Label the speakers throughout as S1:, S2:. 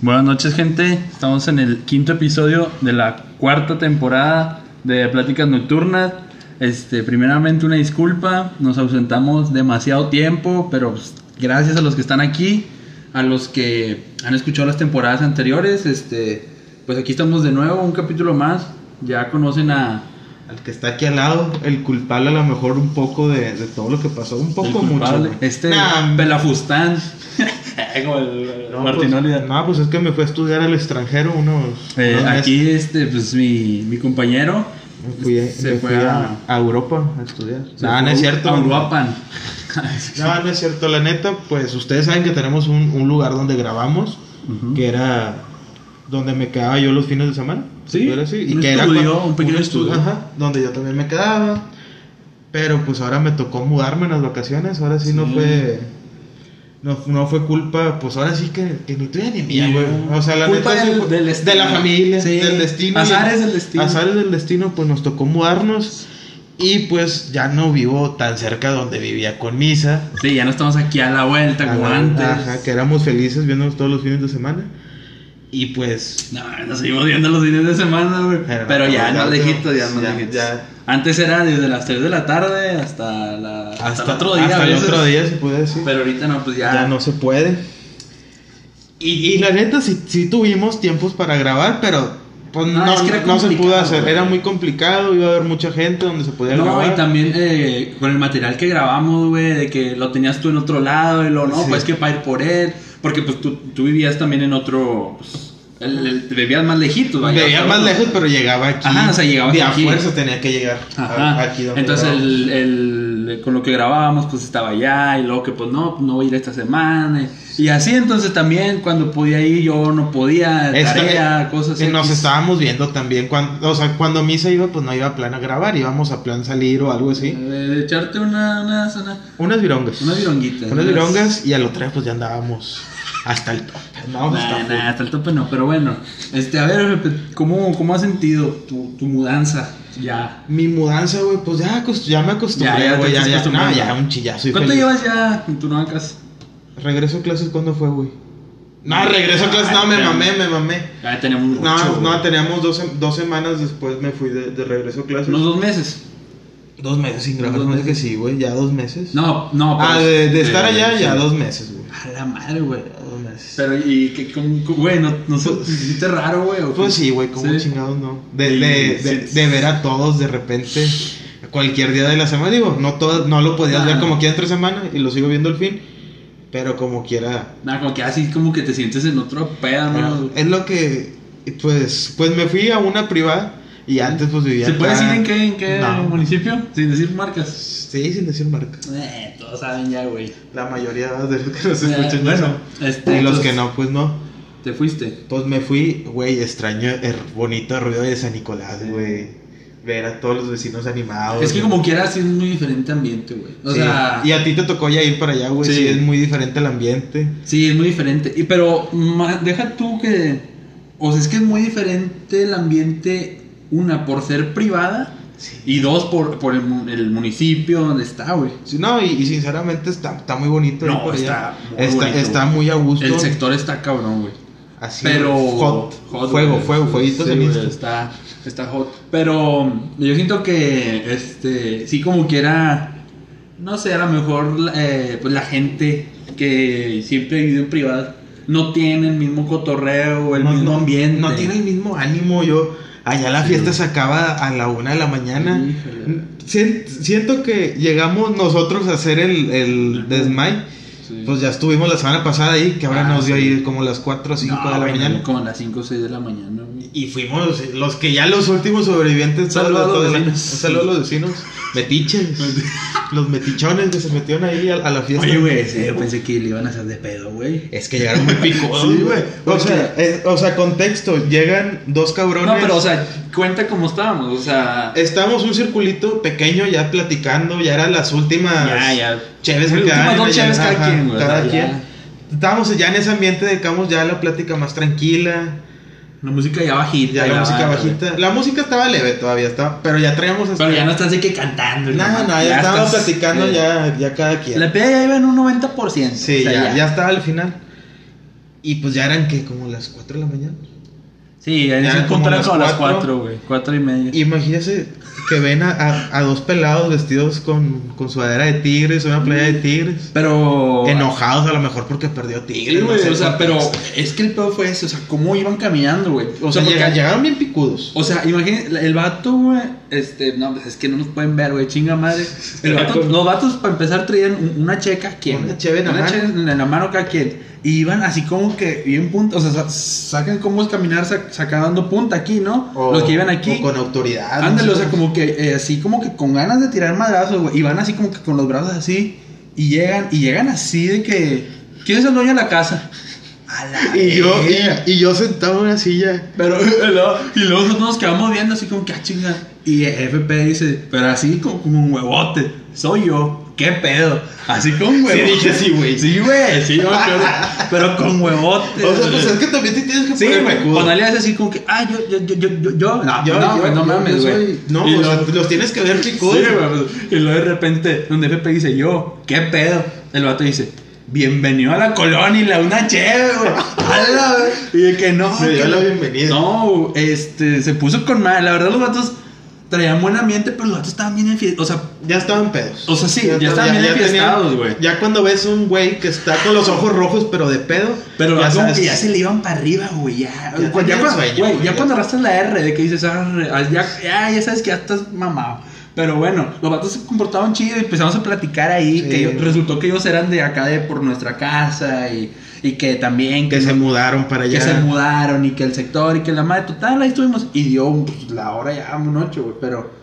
S1: Buenas noches, gente. Estamos en el quinto episodio de la cuarta temporada de Pláticas Nocturnas. Este, primeramente una disculpa, nos ausentamos demasiado tiempo, pero pues, gracias a los que están aquí, a los que han escuchado las temporadas anteriores, este, pues aquí estamos de nuevo, un capítulo más. Ya conocen a
S2: Al que está aquí al lado, el culpable a lo mejor un poco de, de todo lo que pasó, un
S1: el
S2: poco mucho.
S1: culpable,
S2: güey.
S1: este
S2: Nah,
S1: Pelafustán, como el
S2: no,
S1: Martín Ólida.
S2: pues, no, pues es que me fue a estudiar al extranjero unos,
S1: Eh,
S2: unos meses.
S1: aquí este pues mi, mi compañero
S2: Me fui, a-
S1: se
S2: me
S1: fue
S2: fui
S1: a-
S2: a, a Europa a estudiar.
S1: se
S2: No, no
S1: fue
S2: es cierto.
S1: a
S2: güey.
S1: Uruapan.
S2: No, no es cierto. La neta, pues ustedes saben que tenemos un, un lugar donde grabamos,
S1: Ujú.
S2: que era donde me quedaba yo los fines de semana.
S1: Sí,
S2: Era así,
S1: un
S2: que era
S1: estudio,
S2: cuando-
S1: un pequeño estudio.
S2: Ajá, donde yo también me quedaba. Pero pues ahora me tocó mudarme en las vacaciones. Ahora sí, no
S1: Sí.
S2: fue. No, no fue culpa, pues ahora sí que, que ni tuya ni mía,
S1: Ni
S2: güey.
S1: mía.
S2: O sea, la
S1: Culpa
S2: neta sí
S1: del-
S2: fue-
S1: del destino.
S2: de la familia,
S1: Sí.
S2: del destino. y-
S1: Azares del destino.
S2: Azares del destino, pues nos tocó mudarnos. Y pues ya no vivo tan cerca donde vivía con misa.
S1: Sí, ya no estamos aquí a la vuelta como
S2: Ajá,
S1: antes.
S2: Ajá, que éramos felices viéndonos todos los fines de semana. Y pues.
S1: No, nos seguimos viendo los fines de semana, güey. Pero,
S2: Pero
S1: ya, no
S2: no, ya,
S1: lejitos, ya no
S2: ya,
S1: lejitos.
S2: ya.
S1: Antes era desde las 3 de la tarde hasta, la, hasta, el otro día.
S2: Hasta
S1: a
S2: el
S1: veces.
S2: otro día, se puede decir.
S1: Pero ahorita no, pues ya.
S2: ya no se puede. Y, y la neta, sí, sí tuvimos tiempos para grabar, pero pues,
S1: No,
S2: no,
S1: es que era
S2: no se pudo
S1: complicado,
S2: hacer.
S1: güey.
S2: Era muy complicado, iba a haber mucha gente donde se podía
S1: No,
S2: grabar.
S1: y también eh, con el material que grabamos, güey, de que lo tenías tú en otro lado y lo no,
S2: Sí.
S1: pues que para ir por él, porque pues tú, tú vivías también en otro, pues, el- el- te vivías más lejitos, pues, vaya, o
S2: Veía
S1: sea,
S2: más
S1: uno-
S2: lejos, pero llegaba aquí.
S1: Ajá, o sea, llegabas
S2: De
S1: aquí.
S2: a fuerza tenía que llegar. a-
S1: Ajá.
S2: Aquí donde
S1: Entonces
S2: grabamos.
S1: el, el- con lo que grabábamos pues estaba allá y luego que pues no, pues, no voy a ir esta semana y, y así entonces también cuando podía ir yo no podía,
S2: Esta-
S1: tarea, cosas
S2: Y nos
S1: X.
S2: estábamos viendo también, cuando, o sea, cuando Misa iba, pues no iba a plan a grabar, íbamos a plan salir o algo así.
S1: Eh, echarte una, unas- una-
S2: Unas virongas.
S1: unas vironguitas.
S2: Unas virongas y al otro día pues ya andábamos hasta el tope. Andábamos hasta
S1: Nah,
S2: pues, full.
S1: nah, hasta el tope no, pero bueno. Este, a ver, Pepe, ¿cómo, cómo has sentido tu, tu mudanza? Ya.
S2: Mi mudanza, güey, pues ya, acost- ya me
S1: Ya, ya
S2: acostumbré,
S1: te
S2: güey, ya,
S1: estás
S2: ya, nah,
S1: acostumbrando.
S2: ya, un chillazo. y
S1: ¿Cuánto
S2: feliz.
S1: llevas ya en tu nueva casa?
S2: ¿Regreso a clases cuándo fue, güey? No, regreso a clases,
S1: Ay,
S2: no, me
S1: ya.
S2: mamé, me mamé.
S1: Ya tenemos
S2: No,
S1: ocho,
S2: no,
S1: güey.
S2: teníamos dos, sem- dos semanas después me fui de, de regreso a clases.
S1: unos dos meses.
S2: Dos meses sin grabar,
S1: Dos
S2: no sé
S1: meses.
S2: que sí, güey, ya dos meses.
S1: No, no.
S2: Ah,
S1: pero-
S2: de, de estar
S1: eh,
S2: allá
S1: sí.
S2: ya dos meses, güey.
S1: A la madre, güey.
S2: Dos meses.
S1: Pero, ¿y qué, cómo- cómo- güey? ¿No, no se- se siente raro, güey? o
S2: Pues
S1: qué?
S2: sí, güey, como
S1: Sí.
S2: chingados no. De,
S1: Sí,
S2: de,
S1: sí,
S2: de-
S1: sí.
S2: de ver a todos de repente, cualquier día de la semana, digo, no todo, no lo podías
S1: Ah.
S2: ver como quiera entre semana y lo sigo viendo al fin, pero como quiera.
S1: Nada, como que así, como que te sientes en otro pedo, Ah, ¿no?
S2: Es lo que, pues, pues me fui a una privada y antes pues vivía.
S1: ¿Se puede
S2: acá.
S1: decir en qué, en qué
S2: No.
S1: municipio? Sin decir marcas.
S2: Sí, sin decir marca.
S1: Eh, todos saben ya, güey.
S2: La mayoría de los que nos
S1: Eh,
S2: escuchan. ya
S1: bueno,
S2: saben.
S1: este,
S2: y los que
S1: entonces,
S2: no, pues no.
S1: Te fuiste.
S2: Pues me fui, güey, extraño el bonito ruido de San Nicolás, güey. Ver a todos los vecinos animados.
S1: Es que
S2: güey.
S1: como quiera sí es muy diferente ambiente, güey. O
S2: Ah, Sí.
S1: sea,
S2: y a ti te tocó ya ir para allá, güey.
S1: Sí.
S2: Sí. es muy diferente el ambiente.
S1: sí, es muy diferente. Y pero ma- deja tú que o sea, es que es muy diferente el ambiente una por ser privada y dos por, por el, mu- el municipio donde está, güey.
S2: Sí, No, y, y sinceramente está, está muy bonito. ir
S1: No,
S2: para
S1: está
S2: allá.
S1: muy
S2: está,
S1: bonito,
S2: está
S1: güey.
S2: muy a gusto.
S1: El sector está cabrón, güey.
S2: Así,
S1: Pero
S2: hot.
S1: Hot,
S2: fuego,
S1: güey.
S2: fuego, fueguito
S1: Sí,
S2: se
S1: güey,
S2: listo.
S1: está está hot. Pero um, yo siento que este sí como quiera no sé, a lo mejor eh, pues la gente que siempre vive en privado no tiene el mismo cotorreo, el
S2: No-
S1: mismo
S2: no-
S1: ambiente.
S2: No tiene el mismo ánimo. Yo, allá la
S1: Sí.
S2: fiesta se acaba a la una de la mañana.
S1: Híjole.
S2: Sien- siento que llegamos nosotros a hacer el, el desmay.
S1: Sí.
S2: Pues ya estuvimos la semana pasada ahí, que ahora
S1: Ah,
S2: nos dio
S1: sí.
S2: ahí como las 4 o 5
S1: No,
S2: de la
S1: güey,
S2: mañana.
S1: Como a las 5 o 6 de la mañana, güey.
S2: Y fuimos los que ya los últimos sobrevivientes.
S1: Saludo
S2: todos-
S1: a los
S2: todos-
S1: vecinos.
S2: Un saludo a los vecinos. Metiches. los metichones que se metieron ahí a, a la fiesta.
S1: Oye, güey, sí, yo pensé que le iban a hacer de pedo, güey.
S2: Es que llegaron muy picudos,
S1: Sí, güey.
S2: güey. O, sea, es- o sea, contexto. Llegan dos cabrones.
S1: No, pero o sea, cuenta cómo estábamos, o sea,
S2: Estábamos un circulito pequeño ya platicando. Ya eran las últimas.
S1: ya, ya.
S2: Chéves que
S1: Últimas
S2: quedaban,
S1: dos
S2: ya,
S1: cheves cada
S2: ajá,
S1: quien, güey, o
S2: cada
S1: sea, ya.
S2: quien. Estábamos ya en ese ambiente, dedicamos ya la plática más tranquila.
S1: La música ya bajita.
S2: Ya la música
S1: va,
S2: bajita. La música estaba leve todavía, estaba, pero ya traíamos hasta.
S1: Pero ya no estás de que cantando.
S2: No, no, ya, estábamos platicando
S1: eh,
S2: ya, ya cada quien.
S1: La peda ya iba en un 90%.
S2: Sí,
S1: o sea,
S2: ya, ya. estaba al final. Y pues ya eran que como las 4 de la mañana.
S1: Sí, ahí
S2: Ya
S1: se
S2: como
S1: encontraron
S2: las
S1: como las
S2: cuatro.
S1: cuatro, güey. Cuatro y media.
S2: Imagínense que ven a, a- a dos pelados vestidos con, con sudadera de tigres, una playa de tigres.
S1: Pero.
S2: Enojados a lo mejor porque perdió
S1: Oh, Sí,
S2: tigres. no
S1: güey,
S2: sé
S1: o sea,
S2: cuánto.
S1: pero es que el pedo fue ese, o sea, cómo iban caminando, güey.
S2: O
S1: O
S2: sea,
S1: sea, porque-
S2: llega- llegaron bien picudos.
S1: o sea, imagínate, el vato, güey, este, no, pues es que no nos pueden ver, güey, chinga madre. El vato- los vatos, para empezar, traían un- una checa aquí.
S2: Una cheve en la mano.
S1: en la mano cada quien. Y iban así como que bien punta, o sea, sa- sacan cómo es caminar sac- sacando punta aquí, ¿no?
S2: O-
S1: los que iban aquí.
S2: O con autoridad. no
S1: Ándale,
S2: sé
S1: o sea,
S2: cómo.
S1: como que eh, así, como que con ganas de tirar madrazos, güey. Y van así como que con los brazos así. Y llegan, y llegan así de que. ¿Quién es el dueño de la casa? A la
S2: Y yo, y,
S1: verga.
S2: y yo sentado en una silla.
S1: Pero, y luego- y luego nosotros nos quedamos viendo así como que, ah, chinga. Y el FP dice, pero así como, como un huevote. Soy yo. ¿Qué pedo? Así con huevote.
S2: sí, güey.
S1: Sí, güey. Sí, yo me acuerdo. Pero con huevote.
S2: O sea, pues es que también te tienes que
S1: Sí,
S2: poner
S1: güey.
S2: picudo.
S1: Ponele así como que, ah, yo, yo, yo, yo, yo, yo. No,
S2: Yo-
S1: pues no,
S2: yo-
S1: güey, no
S2: yo-
S1: mames,
S2: yo soy-
S1: güey.
S2: No,
S1: Y
S2: pues,
S1: luego-
S2: los, los tienes que ver picudos.
S1: Sí, güey, pues, y luego de repente, donde FP dice yo, ¿qué pedo? El vato dice, bienvenido a la colonia y la una chévere, güey. A la vez. Y de que no.
S2: Me dio
S1: que
S2: la
S1: no.
S2: bienvenida.
S1: No, este, se puso con mal. La verdad, los vatos traían buen ambiente, pero los vatos estaban bien enfie- O sea,
S2: Ya estaban pedos.
S1: O sea, sí, ya estaban bien
S2: tenían-
S1: enfiestados, güey.
S2: Ya cuando ves un güey que está con los ojos rojos, pero de pedo.
S1: pero
S2: ya
S1: ya como
S2: sabes-
S1: que ya se le iban para arriba, güey. Ya,
S2: Ya
S1: Cu- ya,
S2: tenían
S1: cuando,
S2: sueño,
S1: güey,
S2: güey,
S1: ya
S2: ya.
S1: cuando arrastras la R, de que dices, "Arre", ah, ya, ya, ya sabes que ya estás mamado. Pero bueno, los vatos se comportaban chido y empezamos a platicar ahí.
S2: Sí.
S1: Que ellos- resultó que ellos eran de acá, de por nuestra casa y, y que también.
S2: Que se
S1: no-
S2: mudaron para allá.
S1: que se mudaron y que el sector y que la madre total, ahí estuvimos. Y dio pues, la hora ya, un ocho, güey, pero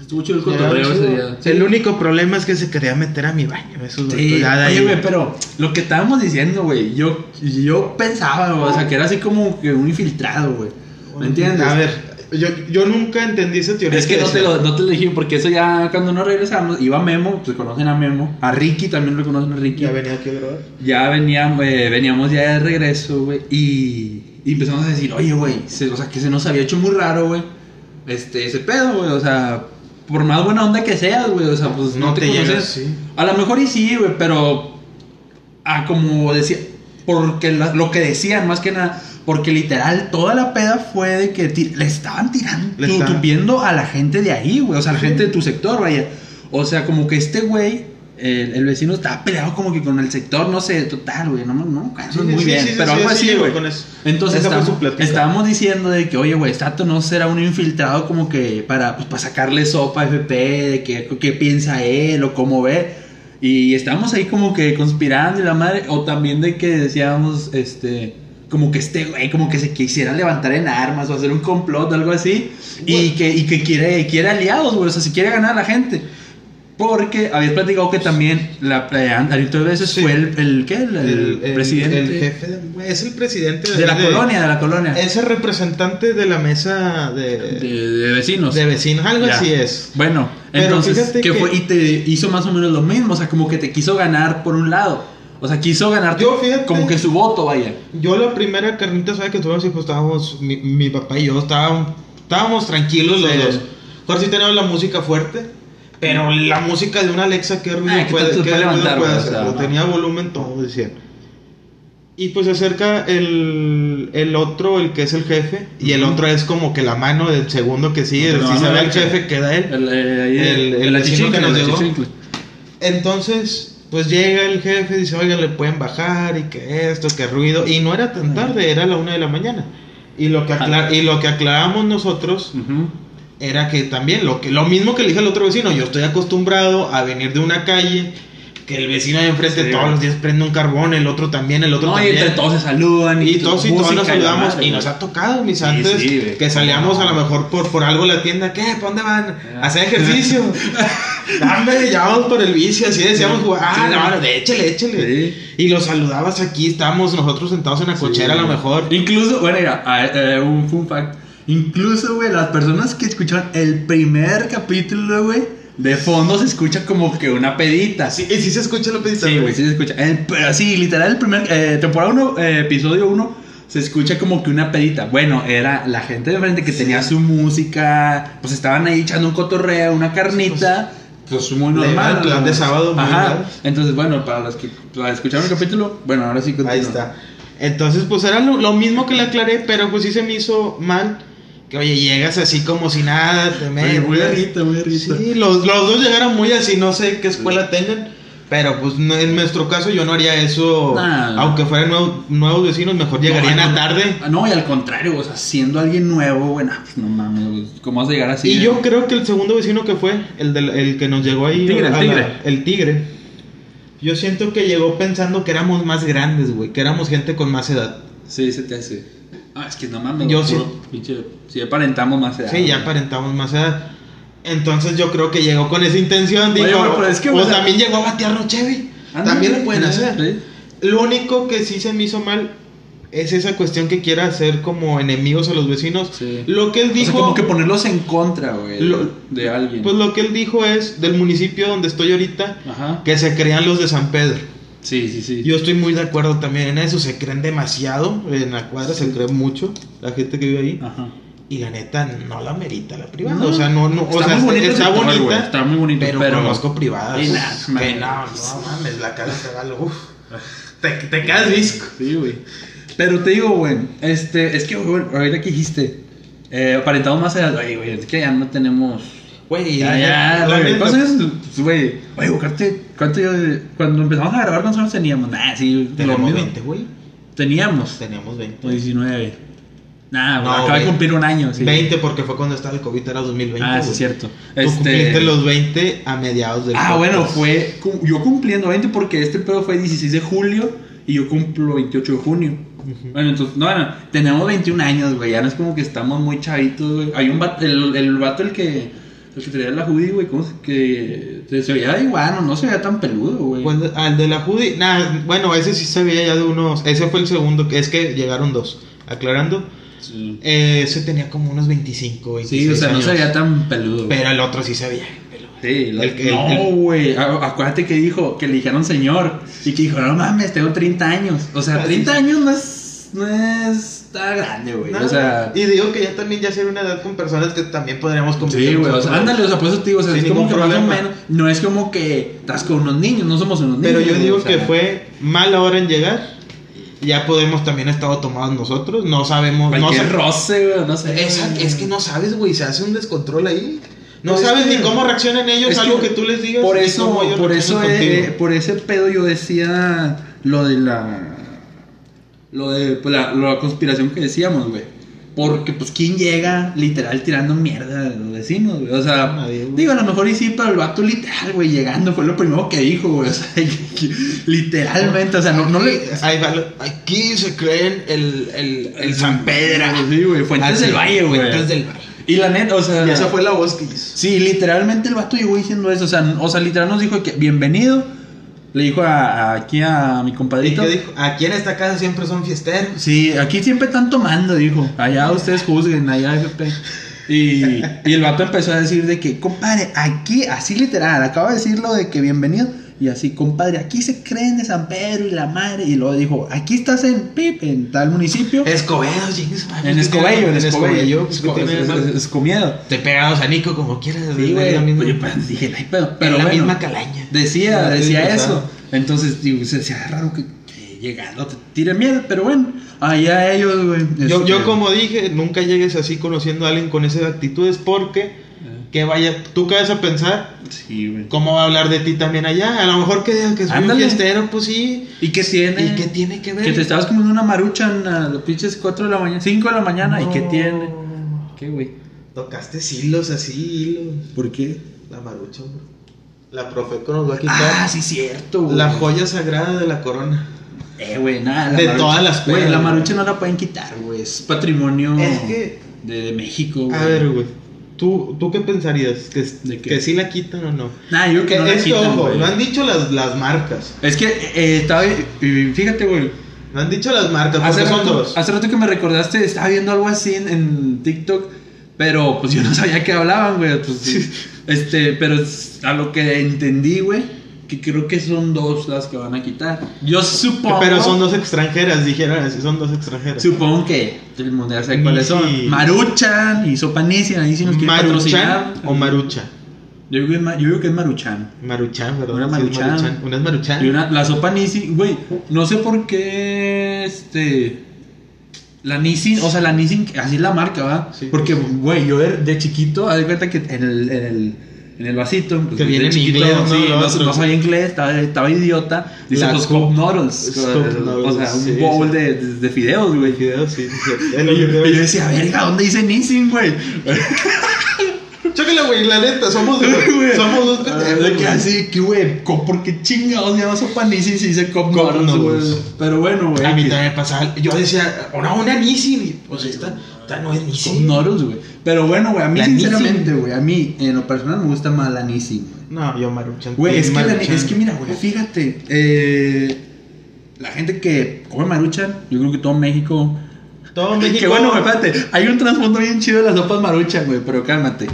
S1: estuvo chido el
S2: Ya,
S1: cotorreo ese
S2: chido.
S1: día.
S2: El único problema es que se quería meter a mi baño. Eso
S1: Sí, oye, güey, pero lo que estábamos diciendo, güey, yo, yo pensaba, güey, o sea, que era así como que un infiltrado, güey. ¿Me entiendes?
S2: A ver, yo, yo nunca entendí esa teoría.
S1: Es que no te,
S2: decía.
S1: lo, no te lo dije, porque eso ya cuando nos regresamos, iba Memo, pues conocen a Memo, a Ricky también lo conocen a Ricky.
S2: Ya venía aquí a grabar.
S1: Ya veníamos, veníamos ya de regreso, güey, y, y empezamos a decir, oye, güey, se- o sea, que se nos había hecho muy raro, güey, este, ese pedo, güey, o sea, por más buena onda que seas, güey, o sea, pues no, te,
S2: llegas,
S1: conoces.
S2: sí.
S1: A lo mejor y sí, güey, pero. Ah, como decía. Porque la- lo que decían, más que nada. Porque literal, toda la peda fue de que ti- le estaban tirando,
S2: Le
S1: tu-
S2: estaban-
S1: tupiendo a la gente de ahí, güey. O sea, a la gente de tu sector, vaya. O sea, como que este güey, el, el vecino, estaba peleado como que con el sector, no sé, total, güey. No, no, no,
S2: Sí,
S1: muy
S2: sí,
S1: bien.
S2: sí, sí,
S1: pero
S2: sí,
S1: algo
S2: sí,
S1: así,
S2: llegó
S1: güey.
S2: con eso.
S1: Entonces
S2: Esa fue
S1: estábamos,
S2: su plática.
S1: estábamos diciendo de que, oye, güey, Stato no será un infiltrado como que para, pues, para sacarle sopa a FP, de que, qué piensa él o cómo ve. Y estábamos ahí como que conspirando y la madre, o también de que decíamos, este, como que este güey, como que se quisiera levantar en armas o hacer un complot o algo así, y
S2: Güey.
S1: que, y que quiere, quiere aliados, güey, o sea, si quiere ganar a la gente. Porque habías platicado que también la playa, de veces
S2: Sí.
S1: fue el, el ¿qué? El, el presidente
S2: El jefe de- güey, Es el presidente
S1: de la
S2: de-
S1: colonia, de la colonia.
S2: Es el representante de la mesa de,
S1: de,
S2: de,
S1: de vecinos.
S2: vecinos. Algo
S1: Ya.
S2: así es.
S1: Bueno,
S2: Pero
S1: entonces,
S2: fíjate
S1: que
S2: que-
S1: fue? Y te hizo más o menos lo mismo, o sea, como que te quiso ganar por un lado. O sea, quiso ganar
S2: Yo, fíjate.
S1: como que su voto, vaya.
S2: Yo la primera carnita sabe que tuvimos y pues estábamos, mi, mi papá y yo estábamos, estábamos tranquilos los
S1: Sí.
S2: dos. Ahora sí tenemos la música fuerte, pero la música de una Alexa que ruido
S1: Ah, que
S2: puede,
S1: tanto
S2: qué
S1: puede
S2: ruido
S1: levantar,
S2: puede
S1: güey, o
S2: hacer?
S1: sea,
S2: Lo
S1: no.
S2: tenía volumen todo, decían. Y pues se acerca el, el otro, el que es el jefe, y el
S1: Ujú.
S2: otro es como que la mano del segundo que sigue,
S1: Pero
S2: si
S1: no,
S2: se
S1: no,
S2: ve
S1: no,
S2: el jefe queda él.
S1: El, eh, ahí,
S2: El- el vecino que
S1: achichincle,
S2: nos
S1: el
S2: llegó.
S1: achichincle.
S2: Entonces, pues llega el jefe y dice, oiga, le pueden bajar y que esto, que ruido. Y no era tan tarde, era la una de la mañana. Y lo que, acla- y lo que aclaramos nosotros
S1: Ujú.
S2: era que también, lo, que, lo mismo que le dije al otro vecino, yo estoy acostumbrado a venir de una calle, que el vecino de enfrente
S1: Sí.
S2: todos los días prende un carbón, el otro también, el otro
S1: No, y
S2: también.
S1: entre todos se saludan.
S2: Y todos y todos nos
S1: música la
S2: saludamos
S1: madre,
S2: y nos
S1: güey.
S2: ha tocado, mis
S1: Sí,
S2: antes,
S1: sí, güey.
S2: que salíamos a lo mejor por, por algo a la tienda, ¿qué? ¿Para dónde van?
S1: Ah.
S2: A hacer ejercicio. Dame, ya vamos por el bici, así decíamos, jugar. ah,
S1: Sí.
S2: no, no, échale, échale.
S1: Sí.
S2: Y los saludabas aquí, estábamos nosotros sentados en la cochera a lo
S1: Sí.
S2: mejor.
S1: Incluso, bueno, mira, a- eh, un fun fact. Incluso, güey, las personas que escucharon el primer capítulo, güey, de fondo se escucha como que una pedita.
S2: Sí, y sí se escucha la pedita.
S1: Sí, güey, sí se escucha. Eh, pero sí, literal, el primer. eh, temporada 1, episodio 1, se escucha como que una pedita. Bueno, era la gente de frente que tenía su música, pues estaban ahí echando un cotorreo, una carnita. Pues, muy
S2: legal,
S1: normal.
S2: plan de
S1: ¿no?
S2: sábado, muy
S1: Ajá.
S2: legal.
S1: Entonces, bueno, para los que para escucharon el capítulo, bueno, ahora sí continúa.
S2: Ahí está. Entonces, pues era lo, lo mismo que le aclaré, pero pues sí se me hizo mal. Que oye, llegas así como si nada, te
S1: Muy,
S2: metes.
S1: muy arrita, muy arrita.
S2: Sí, los, los dos llegaron muy así, no sé qué escuela tengan. Pero pues no- en nuestro caso yo no haría eso.
S1: Nah.
S2: Aunque fueran nuevo- nuevos vecinos, mejor llegarían
S1: No,
S2: a
S1: al-
S2: tarde.
S1: No, y al contrario, o sea, siendo alguien nuevo, bueno, pues no mames, güey, ¿cómo vas a llegar así?
S2: y yo creo que el segundo vecino que fue, el, del- el que nos llegó ahí.
S1: El tigre, el
S2: a la-
S1: tigre.
S2: el tigre. Yo siento que llegó pensando que éramos más grandes, güey. Que éramos gente con más edad.
S1: Sí, se te hace. Ah, es que no mames,
S2: Yo
S1: güey,
S2: sí.
S1: puro Pinche, si aparentamos más edad.
S2: Sí, ya
S1: güey.
S2: aparentamos más edad. Entonces yo creo que llegó con esa intención.
S1: Oye,
S2: Digo,
S1: güey, pero es que,
S2: pues
S1: o sea-
S2: también llegó a batearnos Chevy.
S1: Ándale,
S2: También lo pueden
S1: Ah, sí,
S2: hacer.
S1: sí.
S2: Lo único que sí se me hizo mal es esa cuestión que quiera hacer como enemigos a los vecinos.
S1: Sí.
S2: Lo que él
S1: O
S2: dijo,
S1: sea, como que ponerlos en contra, güey,
S2: Lo-
S1: de alguien.
S2: pues lo que él dijo es del municipio donde estoy ahorita
S1: Ajá.
S2: que se crean los de San Pedro.
S1: Sí, sí, sí.
S2: Yo estoy muy de acuerdo también en eso, se creen demasiado, en la cuadra se cree mucho la gente que vive ahí
S1: Ajá.
S2: y la neta no la merita la privada,
S1: Ah. No.
S2: o sea, no no, o
S1: Está
S2: sea,
S1: muy bonito
S2: está
S1: ese sector,
S2: bonita,
S1: güey, está muy bonito,
S2: pero,
S1: pero-
S2: conozco privadas.
S1: Y
S2: que
S1: nada, mames.
S2: no, no mames, la cara te va lo- uf. te, te quedas visco.
S1: Sí, güey. Pero te digo, güey, este, es que, güey, ahorita que dijiste, eh, aparentamos más edad, oye, güey, es que ya no tenemos...
S2: Güey,
S1: Ya, ya,
S2: la
S1: güey.
S2: neta-
S1: Entonces, pues, güey, oye, güey, ¿cuánto, cuánto yo, cuando empezamos a grabar, ¿cuántos años teníamos? Nah, sí, lo
S2: Tenemos
S1: mismo.
S2: 20, güey.
S1: Teníamos.
S2: Teníamos 20.
S1: O 19. Nah, güey,
S2: No,
S1: acaba de
S2: güey.
S1: cumplir un año, sí.
S2: 20 porque fue cuando estaba el COVID, era 2020.
S1: Ah, sí,
S2: güey.
S1: es cierto.
S2: Tú cumpliste los 20 a mediados del
S1: Ah, bueno,
S2: podcast.
S1: fue cum- yo cumpliendo 20 porque este pedo fue 16 de julio y yo cumplo 28 de junio. Bueno, entonces, no, bueno, tenemos 21 años, güey, ya no es como que estamos muy chavitos, güey. Hay un vato, el, el vato el que, el que traía la hoodie, güey, ¿cómo se, que se, se veía igual, no, no se veía tan peludo, güey.
S2: ¿Cuál- Al ah, de la Judy, nah, bueno, ese sí se veía ya de unos. Ese fue el segundo, que es que llegaron dos. Aclarando,
S1: sí,
S2: eh, ese tenía como unos 25, 26
S1: o sea, no se
S2: años.
S1: veía tan peludo. güey.
S2: Pero el otro sí se veía.
S1: Sí,
S2: El que- el-
S1: no, güey. a- Acuérdate que dijo que le dijeron señor. Y que dijo, no mames, tengo 30 años. O sea,
S2: Ah,
S1: 30
S2: sí.
S1: años no es. No es tan grande, güey.
S2: Nah,
S1: o sea.
S2: y digo que ya también ya sería una edad con personas que también podríamos
S1: Sí,
S2: convivir
S1: güey. O sea,
S2: nosotros.
S1: ándale, o sea, por eso te digo, o sea,
S2: Sin
S1: es como que
S2: ningún
S1: más o
S2: problema.
S1: menos. No es como que estás con unos niños, no somos unos niños.
S2: Pero yo
S1: güey,
S2: digo
S1: o sea,
S2: que fue mala hora en llegar. Ya podemos también estado tomados nosotros. No sabemos. No
S1: Cualquier
S2: sa-
S1: roce, güey, no sé.
S2: Esa- es que no sabes, güey. Se hace un descontrol ahí. No
S1: Pues
S2: sabes
S1: es que-
S2: ni cómo reaccionan ellos.
S1: es
S2: algo
S1: que
S2: que, tú les digas.
S1: Por
S2: ni
S1: eso,
S2: cómo ellos
S1: por eso,
S2: reaccionan
S1: eh,
S2: contigo.
S1: por ese pedo yo decía lo de la. Lo de pues, la, lo de la conspiración que decíamos, güey. Porque, pues, ¿quién llega literal tirando mierda de los vecinos, güey? O sea,
S2: Ah, Nadie, güey.
S1: digo, a lo mejor y sí, pero el vato literal, güey, llegando fue lo primero que dijo, güey. O sea, que- que- literalmente, o sea, no, no le.
S2: Ahí va lo- aquí se creen el, el, el San Pedro.
S1: Sí, güey, Fuentes
S2: Así,
S1: del Valle, güey.
S2: Fuentes del Valle.
S1: Y la neta, o sea.
S2: Y esa fue la voz que hizo.
S1: Sí, literalmente el vato llegó diciendo eso. O sea, n- o sea literal nos dijo que bienvenido. Le dijo a, a- aquí a mi
S2: Y
S1: compadrito.
S2: que dijo, aquí en esta casa siempre son fiesteros.
S1: Sí, aquí siempre están tomando, dijo. Allá ustedes juzguen, allá FP. Y, y el vato empezó a decir de que, compadre, aquí, así literal, acaba de decirlo de que bienvenido. Y así, compadre, aquí se creen de San Pedro y la madre. Y luego dijo, aquí estás en Pip, en tal municipio.
S2: Escobedo, chingues, madre,
S1: en
S2: ¿qué
S1: Escobedo, en
S2: tiene-
S1: Escobedo.
S2: pues, ¿qué tiene de malo?
S1: Es- es- Escomiendo.
S2: Te pegados a Nico como quieras.
S1: Sí,
S2: es
S1: güey.
S2: la misma-
S1: Pues yo, pues, dije, no hay pedo.
S2: Pero
S1: Pero
S2: la
S1: bueno,
S2: misma calaña.
S1: Decía,
S2: Sí,
S1: decía
S2: sí,
S1: eso. Entonces, digo, se hacía raro que, que llegando te tire miedo, pero bueno, allá ellos, güey.
S2: Yo,
S1: este,
S2: yo como dije, nunca llegues así conociendo a alguien con esas actitudes porque
S1: eh,
S2: que vaya, tú caes a pensar
S1: Sí, güey.
S2: cómo va a hablar de ti también allá. A lo mejor que digas que soy
S1: Ándale.
S2: un fiestero, pues sí.
S1: ¿Y qué tiene?
S2: ¿Y qué tiene que ver?
S1: Que te estabas comiendo una maruchan a las pinches 4 de la mañana, 5 de la mañana, ¿y qué
S2: No.
S1: tiene? ¿Qué, güey?
S2: Tocaste hilos así, hilos.
S1: ¿Por qué?
S2: La marucha, bro. La profeco nos va a quitar
S1: Ah, sí, cierto, güey.
S2: la joya sagrada de la corona.
S1: Eh, güey, nada. la
S2: De
S1: maruchan-
S2: todas las
S1: Güey,
S2: pedas,
S1: la
S2: güey.
S1: marucha no la pueden quitar, güey. Es patrimonio
S2: Es que-
S1: de, de México, güey.
S2: A ver, güey. ¿Tú, ¿Tú qué pensarías? ¿Que,
S1: ¿De qué?
S2: ¿Que sí la quitan o no?
S1: Nah, yo creo que no la
S2: es que,
S1: quitan,
S2: ojo,
S1: güey.
S2: lo han dicho las, las marcas.
S1: Es que eh, estaba. eh, Fíjate, güey.
S2: Lo han dicho las marcas,
S1: Hace
S2: porque son
S1: rato,
S2: dos.
S1: hace rato que me recordaste, estaba viendo algo así en, en TikTok. Pero pues yo no sabía qué hablaban, güey. pues, sí. este, pero es- a lo que entendí, güey, que creo que son dos las que van a quitar. Yo supongo.
S2: Pero son dos extranjeras, dijeron así, son dos extranjeras.
S1: Supongo que el mundial sabe cuáles
S2: Sí.
S1: son. Maruchan y Sopanicien, ahí sí nos quieren
S2: Maruchan
S1: patrocinar.
S2: o Marucha.
S1: Yo digo, que es ma- yo digo que es Maruchan.
S2: Maruchan, ¿verdad?
S1: Una
S2: Sí, es
S1: Maruchan.
S2: Una es Maruchan.
S1: Y una, la sopa Nisi, güey, no sé por qué, este, la Nissin, o sea, la Nissin, así es la marca, ¿verdad?
S2: Sí,
S1: Porque,
S2: pues, sí.
S1: güey, yo de, de chiquito, haz de cuenta que en el, en el, en el vasito, pues,
S2: Que viene
S1: de
S2: en
S1: chiquito,
S2: inglés, ¿no?
S1: sí,
S2: Lo
S1: no,
S2: otro.
S1: no sabía inglés, estaba, estaba idiota, dice,
S2: La
S1: los
S2: Cup-
S1: cup noodles,
S2: Cup
S1: o sea,
S2: noodles,
S1: un
S2: sí,
S1: bowl
S2: sí.
S1: De, de- de fideos, güey.
S2: Video, sí, sí. Es lo
S1: Y
S2: que
S1: yo,
S2: creo.
S1: y yo decía, verga, ¿dónde dice Nissin, güey?
S2: Chócala, güey, la neta, somos dos.
S1: Güey.
S2: somos dos
S1: Ah,
S2: pendejos,
S1: de que
S2: güey.
S1: así, que güey, co- ¿por qué chingados llama sopa Nissin si dice Cup
S2: Cup
S1: noodles,
S2: noodles.
S1: güey? Pero bueno, güey.
S2: A mí
S1: que-
S2: también me pasaba. Yo decía, una, una Nissin. Y pues esta, esta no es
S1: Son
S2: Nissin.
S1: noros, güey. Pero bueno, güey, a mí
S2: La
S1: sinceramente,
S2: Nissin.
S1: güey, a mí en lo personal me gusta más la Nissin, güey.
S2: No, yo Maruchan.
S1: Güey, es, que la-
S2: Maruchan.
S1: es que mira, güey, fíjate, eh, la gente que come maruchan, yo creo que todo México...
S2: Todo México.
S1: Que bueno, güey, espérate, hay un trasfondo bien chido de las sopas maruchan, güey, pero cálmate.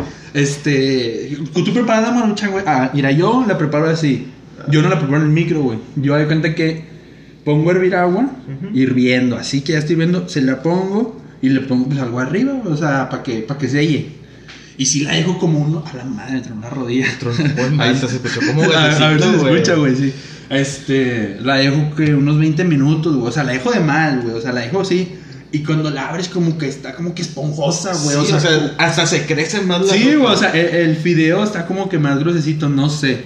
S1: Este, tú preparas la maruchan, güey. Ah, mira, yo la preparo así. Yo no la preparo en el micro, güey. Yo doy cuenta que pongo a hervir agua,
S2: Ujú.
S1: hirviendo, así que ya estoy viendo, se la pongo y le pongo pues, algo arriba, o sea, para que, para que se selle. Y si la dejo como uno, a la madre, me tronó la rodilla.
S2: Bueno,
S1: Ahí-
S2: hasta se escuchó como
S1: a, ver- a ver si se
S2: gatecito, güey.
S1: escucha, güey, sí. Este, la dejo que unos 20 minutos, güey. O sea, la dejo de mal, güey. O sea, la dejo así. Y cuando la abres, como que está como que esponjosa, güey.
S2: Sí, o sea, hasta se crecen más las
S1: Sí, güey, o
S2: ropas.
S1: sea, el, el fideo está como que más gruesecito, no sé.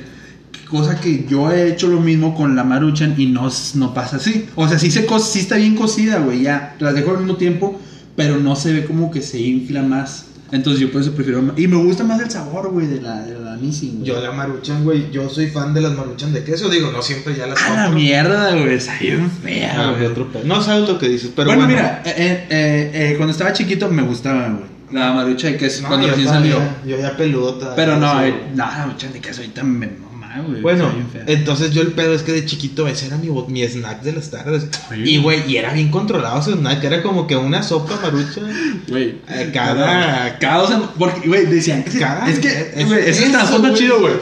S1: Cosa que yo he hecho lo mismo con la maruchan y no, s- no pasa así. O sea, sí, se co- sí está bien cocida, güey, ya. Las dejo al mismo tiempo, pero no se ve como que se infla más. Entonces yo por eso prefiero... ma- Y me gusta más el sabor, güey, de la, de la Nissin, güey.
S2: Yo la maruchan, güey, yo soy fan de las maruchan de queso, digo, no siempre ya las
S1: A la
S2: compro.
S1: mierda, güey, está bien fea,
S2: Ah,
S1: güey.
S2: otro pe- No sabes lo que dices, pero
S1: bueno,
S2: bueno.
S1: mira, eh, eh, eh, eh, cuando estaba chiquito me gustaba, güey. La marucha de queso,
S2: No,
S1: cuando
S2: yo
S1: recién
S2: todavía-
S1: salió.
S2: Yo ya peludota.
S1: Pero no,
S2: sí.
S1: eh, no, la marucha de queso ahorita me mamá, güey.
S2: Bueno,
S1: está bien fea.
S2: entonces yo el pedo es que de chiquito ese era mi, bo- mi snack de las tardes.
S1: Sí.
S2: Y güey, y era bien controlado ese snack, era como que una sopa marucha.
S1: Güey,
S2: eh, cada-
S1: Cada. o sea, Porque, güey, decían. Es,
S2: Cada-
S1: es
S2: es-
S1: que, güey,
S2: es
S1: ese
S2: eso,
S1: trasfondo
S2: güey.
S1: chido, güey.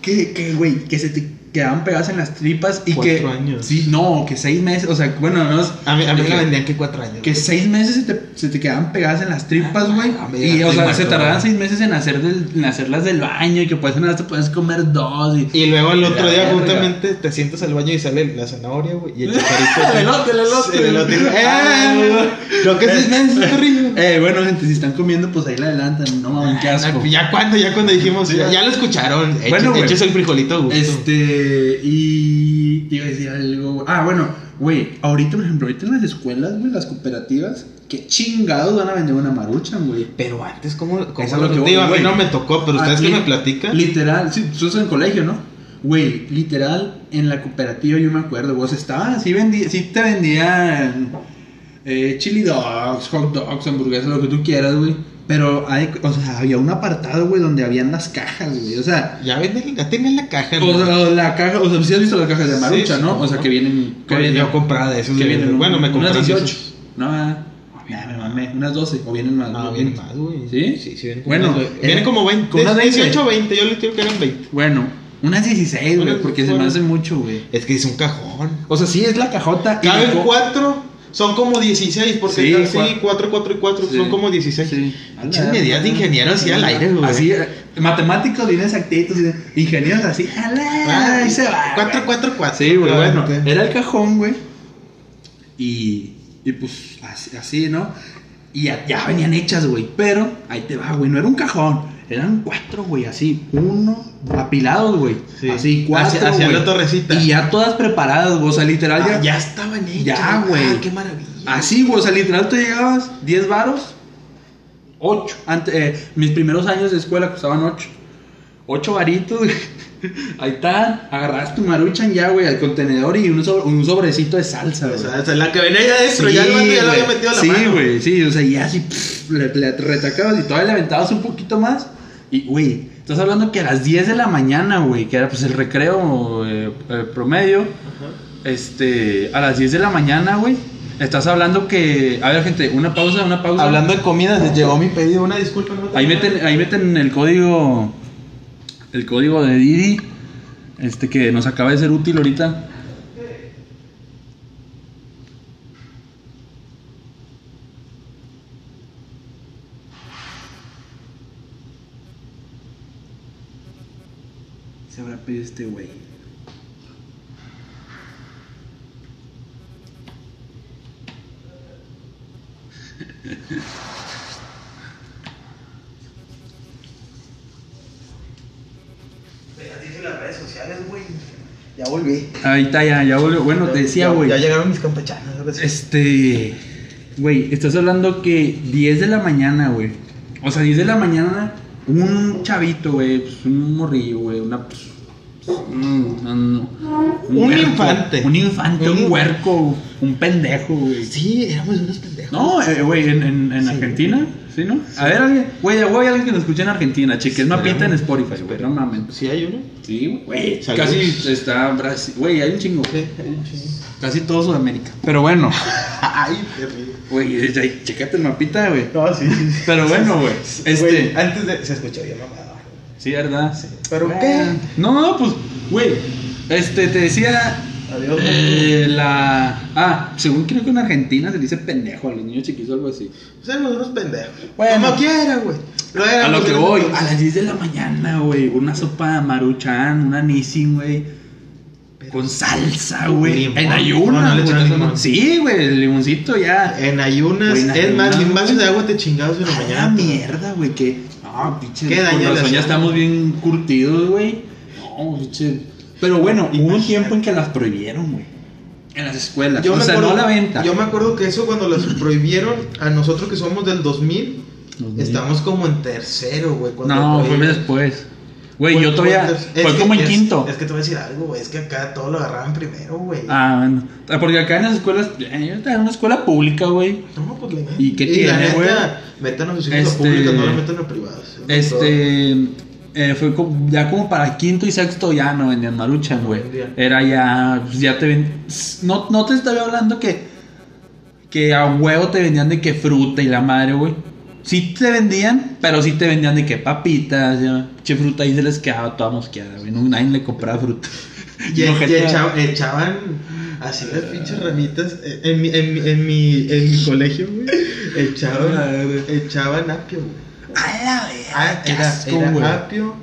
S1: Que, que, güey, que se te quedaban pegadas en las tripas y que.
S2: Cuatro años.
S1: Sí, no, que seis meses, o sea, bueno, no es-
S2: A mí, a
S1: de
S2: mí me
S1: que-
S2: la vendían que cuatro años.
S1: Que seis meses se te, se te quedaban pegadas en las tripas, güey.
S2: Ah, mira,
S1: Y, o
S2: sí,
S1: sea,
S2: me
S1: se
S2: acuerdo.
S1: tardaban seis meses en, hacer del- en hacerlas del baño y que puedes, te puedes comer dos. Y...
S2: Y luego el otro
S1: La
S2: día
S1: verga.
S2: justamente te sientas al baño y sale la zanahoria, güey, y el chicharito.
S1: El elote, el elote.
S2: El elote.
S1: Ah,
S2: ¡Eh! Lo que es es horrible. Ah,
S1: Eh, bueno, gente, si están comiendo, pues ahí la adelantan. No mames, qué asco.
S2: Ya cuando, ya cuando dijimos,
S1: Sí,
S2: ya,
S1: ya.
S2: lo escucharon. Eches,
S1: Bueno, güey.
S2: eches el frijolito a gusto.
S1: Este, y te iba a decir algo. güey. Ah, bueno, güey, ahorita, por ejemplo, ahorita en las escuelas, güey, las cooperativas, qué chingados van a vender una maruchan, güey.
S2: Pero antes, ¿cómo? cómo
S1: Eso es lo que voy,
S2: digo, a mí
S1: güey.
S2: no me tocó, pero ustedes
S1: Ah,
S2: que
S1: li-
S2: me platican.
S1: Literal, sí, tú estás en colegio, ¿no? Güey, literal, en la cooperativa yo me acuerdo, vos estabas, sí, vendía, sí te vendían eh, chili dogs, hot dogs, hamburguesas, lo que tú quieras, güey. Pero hay, o sea, había un apartado, güey, donde habían las cajas, güey. O sea,
S2: Ya venden, ya tenían la caja. ¿no?
S1: o sea, o la caja, o sea, sí has visto las cajas de
S2: Sí,
S1: Marucha,
S2: sí,
S1: ¿no?
S2: cómo
S1: O sea,
S2: no.
S1: que vienen.
S2: Que yo compraba de esos.
S1: que
S2: de-
S1: vienen un-
S2: bueno, me compré
S1: unas
S2: de
S1: 18.
S2: esos.
S1: No, ah, nah, me mamé, unas 12, o vienen más.
S2: No,
S1: güey.
S2: vienen más, güey.
S1: ¿Sí?
S2: Sí, sí, vienen como
S1: Bueno,
S2: unas- vienen
S1: eh,
S2: como 20.
S1: con unas 20.
S2: 18 o 20, yo le digo que eran 20.
S1: Bueno, unas 16, güey,
S2: Unas-
S1: porque se me
S2: bueno.
S1: hace mucho, güey.
S2: Es que es un cajón.
S1: O sea, sí es la cajota. y
S2: Caben
S1: la co-
S2: 4, son como 16, porque
S1: Sí,
S2: sí,
S1: cua-
S2: 4, 4 y 4,
S1: Sí.
S2: son como 16.
S1: Sí.
S2: Pinches medidas de ingenieros así al aire, güey.
S1: Así, eh, matemáticos bien exactitos, eh, ingenieros así, ala,
S2: Ah,
S1: ahí se va.
S2: 4,
S1: güey.
S2: 4, 4.
S1: Sí, güey,
S2: Ah,
S1: bueno. Era el cajón, güey. Y, y pues así, así, ¿no? Y ya, ya venían hechas, güey. Pero ahí te va, güey. No era un cajón. Eran cuatro, güey. Así, uno apilados, güey.
S2: Sí.
S1: Así, cuatro.
S2: Hacia- hacia
S1: güey.
S2: la torrecita.
S1: Y ya todas preparadas, güey. O sea, literal,
S2: Ah,
S1: ya,
S2: ya estaban hechas.
S1: Ya, güey.
S2: Ah, qué maravilla.
S1: Así, güey, o sea, literal tú llegabas 10 varos, 8. Antes, eh, mis primeros años de escuela costaban 8. 8 varitos, güey. Ahí está, agarrabas tu maruchan ya, güey, al contenedor y un, sobre- un sobrecito de salsa,
S2: O
S1: güey.
S2: sea, o sea, la que venía ya adentro, ya el vato ya lo había
S1: güey.
S2: metido a la
S1: Sí,
S2: mano.
S1: güey, sí, o sea, y así pff, le, le retacabas y todavía le aventabas un poquito más. Y, güey, estás hablando que a las 10 de la mañana, güey, que era pues el recreo eh, eh, promedio, este, a las 10 de la mañana, güey, estás hablando que, a ver, gente, una pausa, una pausa.
S2: Hablando de comidas, llegó mi pedido, una disculpa. no te-
S1: Ahí meten, ahí meten el código. El código de Didi. Este que nos acaba de ser útil ahorita.
S3: se habrá pedido este güey?
S4: Fíjate las redes sociales, güey. Ya volví.
S1: Ahí está, ya, ya volvió. Bueno, te decía,
S4: Ya-
S1: güey.
S4: Ya llegaron mis campechanas. ahora sí.
S1: Este. Güey, estás hablando que 10 de la mañana, güey. O sea, 10 de la mañana, un chavito, güey, pues, un morrillo, güey, una. pues, un, un-
S2: Un infante.
S1: Un infante, un,
S2: Un-
S1: huerco, un pendejo, güey.
S4: Sí, éramos unos pendejos.
S1: No, eh, güey, en, en, en
S4: Sí.
S1: Argentina, ¿sí, no? A ver, alguien, güey, a huevo hay alguien que nos escuche en Argentina, cheques mapita en Spotify, güey, no mames.
S2: Sí, hay uno.
S1: Sí, güey,
S2: Saludos.
S1: casi está Brasil, güey, hay un chingo,
S2: Sí, hay un chingo.
S1: casi todo Sudamérica. Pero bueno,
S2: Ay, qué rico.
S1: güey, desde ahí, checate el mapita, güey.
S4: No, sí, sí. sí.
S1: Pero bueno, güey, este,
S4: Güey, antes de. Se escuchó bien, mamada.
S1: sí, ¿verdad?
S4: ¿Pero
S1: Bueno.
S4: qué?
S1: No, no, pues, güey, este, te decía,
S4: Adiós.
S1: eh, la, ah, según creo que en Argentina se le dice pendejo a los niños chiquitos o algo así.
S2: Pues
S4: Éramos unos pendejos.
S1: Bueno.
S4: Como quiera, güey. Lo
S2: Ah,
S1: A
S4: éramos,
S1: lo que
S4: éramos
S1: voy,
S4: unos-
S1: a las 10 de la mañana, güey. Una sopa maruchan, una nissin, güey. Con salsa, güey.
S2: Limón.
S1: En
S2: No, no,
S1: ayunas,
S2: le
S1: güey.
S2: echas limón.
S1: Sí, güey, el limoncito ya.
S2: En ayunas,
S1: Güey, en
S2: es más,
S1: ayunas,
S2: sin vasos
S1: güey.
S2: de agua te chingados en la
S1: A Ah, la pues.
S2: mañana.
S1: mierda, güey, que. No, pinche.
S2: Qué daño
S1: con
S2: le
S1: razón, ya
S2: hacemos.
S1: estamos bien curtidos, güey. No, pinche. Pero bueno, hubo un tiempo en que las prohibieron, güey. En las escuelas.
S2: Yo
S1: o
S2: me
S1: sea,
S2: acuerdo-
S1: no la venta.
S2: Yo me acuerdo que eso cuando las prohibieron a nosotros que somos del 2000, estamos como en tercero, güey. cuando
S1: No, fue
S2: prohibieron.
S1: después. Güey,
S2: Fue-
S1: yo todavía.
S2: fue-
S1: Fue
S2: es
S1: como
S2: que-
S1: en
S2: es-
S1: quinto.
S4: Es que te voy a decir algo, güey. Es que acá todo lo agarraban primero, güey.
S1: Ah, bueno. Ah, Porque acá en las escuelas, eh, yo estaba en una escuela pública, güey.
S4: No, pues la neta.
S1: ¿Y qué
S2: la
S1: tiene,
S2: neta,
S1: güey?
S2: Metan a sus hijos
S1: Este-
S2: a públicas, no la metan a privadas.
S1: Este, eh, fue como- ya como para quinto y sexto ya no vendían maruchan, güey.
S2: vendían.
S1: Era ya, pues, ya te ven- no, no te estaba hablando que, que a huevo te vendían de que fruta y la madre, güey. Sí te vendían, pero sí te vendían de que papitas, ya. Che, fruta ahí se les quedaba toda mosqueada, güey. No, nadie le compraba fruta.
S2: Y,
S1: Y
S2: y
S1: ojete-
S2: echa- echaban así las pinches ramitas eh, en mi, en, mi- en mi, en mi colegio, güey.
S1: Ah, A
S2: Echaban,
S1: ver.
S2: echaban apio, güey.
S1: A la verga,
S2: Ah,
S1: qué
S2: era,
S1: asco,
S2: era
S1: güey.
S2: apio.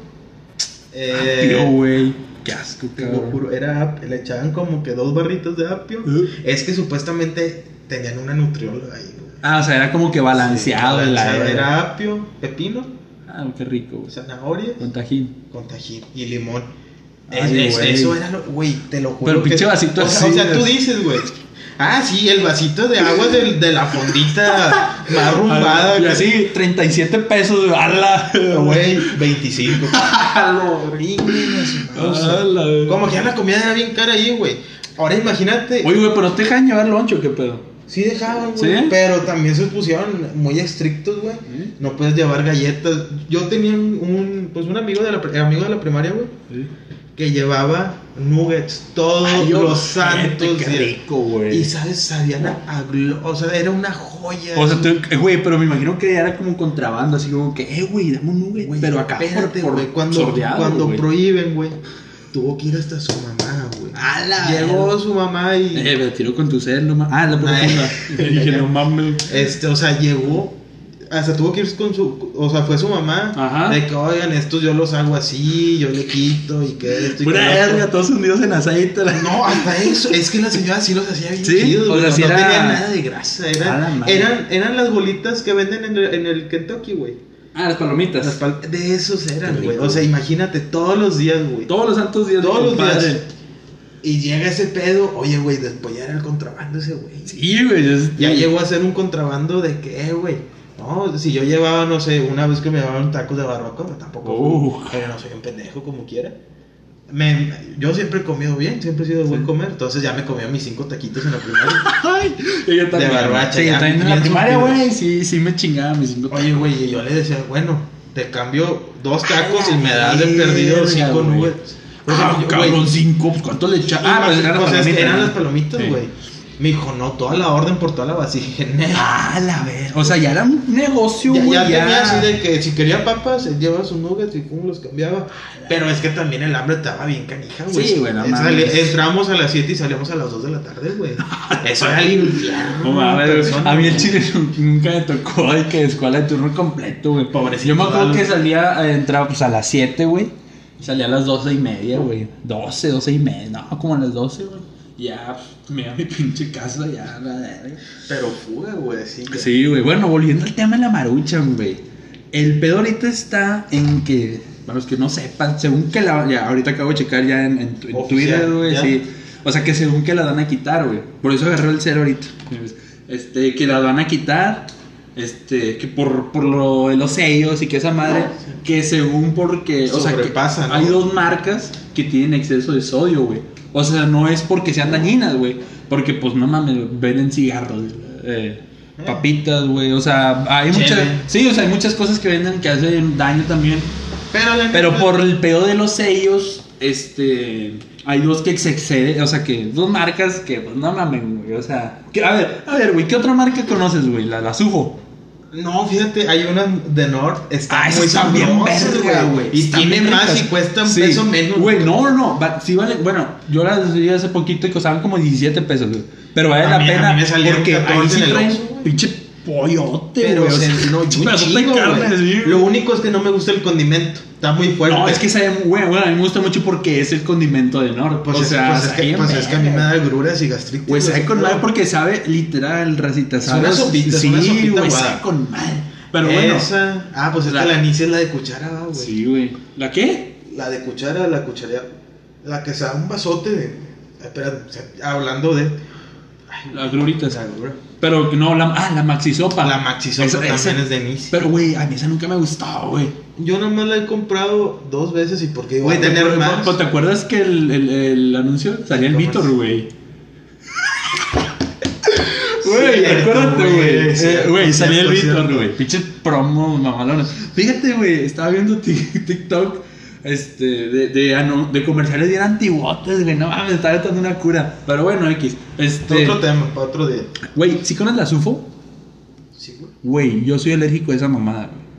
S2: eh,
S1: Apio, güey. Qué asco,
S2: te lo
S1: cabrón.
S2: juro, era apio, le echaban como que dos barritas de apio.
S1: ¿Eh?
S2: Es que supuestamente tenían una nutrióloga ahí, güey.
S1: Ah, o sea, era como que balanceado. la
S2: Balanceado,
S1: era.
S2: Era apio, pepino,
S1: Ah, qué rico, güey.
S2: zanahoria,
S1: Con tajín.
S2: con tajín y limón.
S1: Ay,
S2: Es- es-
S1: güey.
S2: eso era lo, güey, te lo juro.
S1: Pero
S2: que-
S1: pinche vasito
S2: o sea,
S1: así,
S2: O sea, tú
S1: güey.
S2: dices, güey. Ah, sí, el vasito de agua del- de, la fondita más arrumbada.
S1: Ah, Y
S2: que-
S1: así, 37 pesos, güey. ala.
S2: Güey, 25.
S1: Ah, O sea, ala, güey.
S2: Como que ya la comida era bien cara ahí, güey. Ahora imagínate.
S1: Oye, güey, pero no te dejan llevar loncho, qué pedo.
S2: Sí dejaban, güey.
S1: ¿Sí? ¿Mm?
S2: Pero también se pusieron muy estrictos, güey.
S1: ¿Sí?
S2: No puedes llevar galletas. Yo tenía un, un- pues un amigo de la, pri- amigo de la primaria, güey, que llevaba nuggets todos
S1: Ay, yo-
S2: los santos
S1: Qué
S2: días.
S1: rico, güey.
S2: Y sabes, sabían a, a glo- o sea, era una joya.
S1: O sea, tú- eh, güey, pero me imagino que era como contrabando, así como que, eh, güey, dame un nugget.
S2: Güey,
S1: pero acá, por-
S2: espérate,
S1: por
S2: güey, cuando,
S1: sordeado,
S2: cuando
S1: güey.
S2: prohíben, güey, tuvo que ir hasta su mamá, güey.
S1: Ala.
S2: Llegó su mamá y
S1: Eh, me tiro con tu ser, no mames. Ah, la profunda.
S2: Ay.
S1: Dije, no mames.
S2: este, o sea, llegó hasta tuvo que ir con su, o sea, fue su mamá
S1: Ajá.
S2: de que oigan, estos yo los hago así, yo le quito y que esto y que
S1: Pura
S2: lo otro".
S1: verga, todos hundidos en aceite. la-
S2: No, hasta eso. Es que la señora sí los hacía bien
S1: ¿Sí?
S2: chidos,
S1: O
S2: güey.
S1: sea, sí
S2: no
S1: era-
S2: tenía nada de grasa. Eran,
S1: A la madre.
S2: eran, eran las bolitas que venden en el, en el Kentucky, güey.
S1: Ah, las palomitas.
S2: Las pal- De esos eran,
S1: Qué
S2: güey.
S1: rico.
S2: O sea, imagínate, todos los días, güey.
S1: Todos los santos días. de
S2: Todos los
S1: compadre.
S2: días. Y llega ese pedo. Oye, güey, después ya era el contrabando ese, güey.
S1: Sí, güey. es-
S2: Ya llegó a ser un contrabando de qué, güey. No, si yo llevaba, no sé, una vez que me llevaban tacos de barbacoa, pero tampoco.
S1: Uh.
S2: Pero no soy un pendejo como quiera. Me- yo siempre he comido bien, siempre he sido de buen comer. Entonces ya me comía mis cinco taquitos en la primaria.
S1: Ay, ella también.
S2: De barbacha,
S1: Sí, yo
S2: ya,
S1: también en la
S2: bien
S1: primaria,
S2: surtidos.
S1: güey. Sí, sí me chingaba mis cinco
S2: Oye, güey, y yo le decía, bueno, te cambio dos tacos y me das de
S1: Ah, Verga,
S2: perdido cinco
S1: güey.
S2: nuggets. O sea,
S1: Ah,
S2: yo, güey,
S1: cabrón, cinco. Pues, ¿Cuánto le echaba? Ah, pues eran las
S2: o sea, es que
S1: palomitas.
S2: eran
S1: ¿no?
S2: las palomitas,
S1: Sí.
S2: güey. Me dijo, no, toda la orden por toda la vasija.
S1: Ah, la ver. O sea, ya era un negocio,
S2: Ya,
S1: güey.
S2: ya
S1: ya.
S2: tenía así de que si quería papas, él llevaba sus nuggets y pum, los cambiaba. Pero es que también el hambre estaba bien canija, güey.
S1: Sí, güey, no
S2: Es-
S1: mames.
S2: sali- Entramos a las 7 y salíamos a las 2 de la tarde, güey. Eso era el infierno.
S1: No mames, güey.
S2: persona,
S1: a mí el
S2: güey.
S1: chile nunca me tocó de que escuela de turno completo, güey.
S2: Pobrecito,
S1: Yo me acuerdo
S2: dale.
S1: que salía, eh, entraba pues a las 7, güey. Salía a las doce y media, güey. 12, 12 y media. No, como a las 12, güey. pues,
S3: Ya, me da mi pinche casa, ya, la verga.
S4: Pero fuga, güey, sí. que-
S1: Sí, güey. Bueno, volviendo al tema de la maruchan, güey. El pedo ahorita está en que, para los que no sepan, según que la. Ya, ahorita acabo de checar ya en, en tu- en
S2: Oficial,
S1: Twitter, güey.
S2: ya.
S1: Sí. O sea, que según que la van a quitar, güey. Por eso agarró el cero ahorita. Este, que la van a quitar. Este, que por, por lo, los sellos y que esa madre. Que según porque. O sea, que
S2: Ah, Sobrepasa, ¿no?
S1: hay dos marcas que tienen exceso de sodio, güey. O sea, no es porque sean dañinas, güey. Porque, pues, no mames, venden cigarros, eh, papitas, güey. O sea, hay
S2: Cheve.
S1: muchas... Sí, o sea, hay muchas cosas que venden que hacen daño también.
S2: Pero, la
S1: Pero
S2: neta-
S1: por el pedo de los sellos, este... Hay dos que se exceden, o sea, que dos marcas que, pues, no mames, güey. O sea, que- a ver, a ver, güey, ¿qué otra marca conoces, güey? La, la Sufo.
S2: No, fíjate, hay unas de North, están
S1: esas están
S2: muy sabrosas,
S1: verga,
S2: güey. Y
S1: Están
S2: tienen
S1: bien
S2: más
S1: ricas.
S2: y cuesta un
S1: Sí.
S2: peso menos.
S1: Güey, no, no. va- sí vale, bueno, yo las vi hace poquito y costaban como 17 pesos, güey. Pero vale
S2: A
S1: la
S2: mí- a
S1: pena.
S2: mí me salieron
S1: porque ahí
S2: 14
S1: sí
S2: en el
S1: traen
S2: Oxxo, güey.
S1: pinche pollote,
S2: Pero
S1: güey. o
S2: se-
S1: sea,
S2: no,
S1: un
S2: un
S1: pedazote de
S2: chingo,
S1: carne,
S2: güey.
S1: sí, güey.
S2: Lo único es que no me gusta el condimento. Está muy fuerte.
S1: No, es que sabe, muy- güey, bueno, a mí me gusta mucho porque es el condimento de Nord.
S2: Pues,
S1: o
S2: es,
S1: sea,
S2: pues es que,
S1: sabe
S2: pues es que a mí me
S1: verga.
S2: da agruras y gastritis.
S1: Güey, sabe
S2: güey.
S1: con madre porque sabe literal, racita. sabe
S2: una
S1: los-
S2: sopita, es
S1: sí,
S2: una sopita
S1: güey,
S2: aguada.
S1: sabe con madre. Pero bueno.
S2: Esa- Ah, pues es
S1: La-
S2: que la anís es la de cuchara, va, güey.
S1: Sí, güey. ¿La qué?
S2: La de cuchara, la cuchara. La que se da un vasote de. Espera, o sea, hablando de.
S1: Las gruritas. Pero no, la, ah, la maxisopa.
S2: La maxisopa
S1: Esa-
S2: también
S1: esa-
S2: es de anís.
S1: Pero, güey, a mí esa nunca me gustó, güey.
S2: Yo nomás la he comprado dos veces y porque iba a
S1: Güey, ¿te
S2: tener
S1: acuerdas-
S2: más.
S1: ¿Te, acuerdas que el, el- el anuncio salía el
S2: ¿Cómo
S1: Víctor,
S2: es?
S1: güey? Güey,
S2: Cierto,
S1: acuérdate, güey.
S2: güey,
S1: Eh,
S2: cierto,
S1: Güey, salía el
S2: cierto,
S1: Víctor,
S2: cierto.
S1: güey. Pinche promo, mamalona. Fíjate, güey, estaba viendo tic- TikTok este, de, de, anu- de comerciales bien antiguotes, güey. No mames, estaba dando una cura. Pero bueno, X. Este,
S2: Otro tema, para otro día.
S1: güey, ¿sí conoces la SUFO?
S2: Sí, güey.
S1: Güey, yo soy alérgico a esa mamada, güey.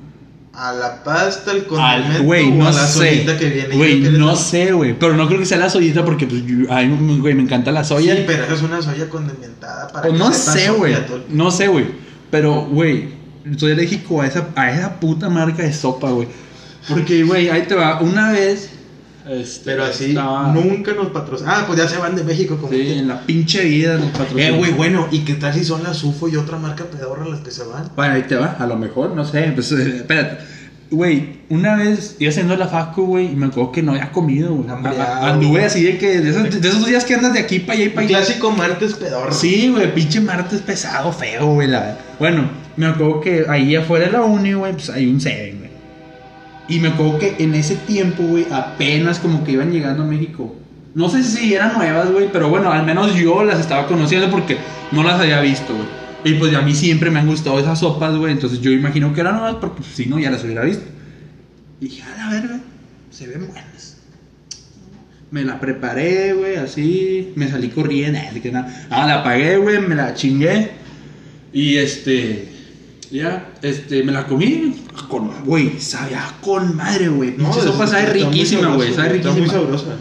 S2: A la pasta, al
S1: Al-
S2: condimento
S1: Güey,
S2: o
S1: no
S2: a la
S1: sé.
S2: solita que viene.
S1: Güey,
S2: Yo creo que
S1: no
S2: es-
S1: sé, güey. Pero no creo que sea la soyita porque, pues, yo- ay, güey, me encanta la soya.
S2: Sí, pero es una soya condimentada para
S1: O
S2: que
S1: no
S2: sepa
S1: sé,
S2: soya
S1: güey.
S2: todo el-
S1: No sé, güey. Pero, güey, soy alérgico a esa, a esa puta marca de sopa, güey. Porque, güey, ahí te va. Una vez. este,
S2: Pero así
S1: estaba-
S2: nunca nos patrocinan. Ah, pues ya se van de México como
S1: Sí,
S2: que-
S1: en la pinche vida nos
S2: Eh,
S1: patrocinó.
S2: güey, bueno, ¿y qué tal si son las UFO y otra marca pedorra las que se van?
S1: Bueno, ahí te va, a lo mejor, no sé, pues, eh, espérate. Güey, una vez iba haciendo la facu, güey, y me acuerdo que no había comido, güey.
S2: Hambreado,
S1: A- a- Anduve
S2: güey.
S1: así de que, de esos, de esos días que andas de aquí para allá y para allá.
S2: Clásico martes pedorro.
S1: Sí, güey, pinche martes pesado, feo, güey. la- Bueno, me acuerdo que ahí afuera de la uni, güey, pues hay un Seven, güey. Y me acuerdo que en ese tiempo, güey, apenas como que iban llegando a México. No sé si eran nuevas, güey, pero bueno, al menos yo las estaba conociendo porque no las había visto, güey. Y pues a mí siempre me han gustado esas sopas, güey. Entonces yo imagino que eran nuevas porque pues, si no, ya las hubiera visto. Y dije, a la verga, se ven buenas. Me la preparé, güey, así. Me salí corriendo. eh, así que nada. Ah, la apagué, güey, me la chingué. Y este. Ya, este, me la comí. Con, güey, sabía con madre, güey.
S2: No,
S1: No,
S2: es-
S1: sopa sabe
S2: está muy
S1: riquísima, güey.
S2: sabrosa,
S1: Sabe
S2: Está
S1: riquísima.
S2: muy sabrosa.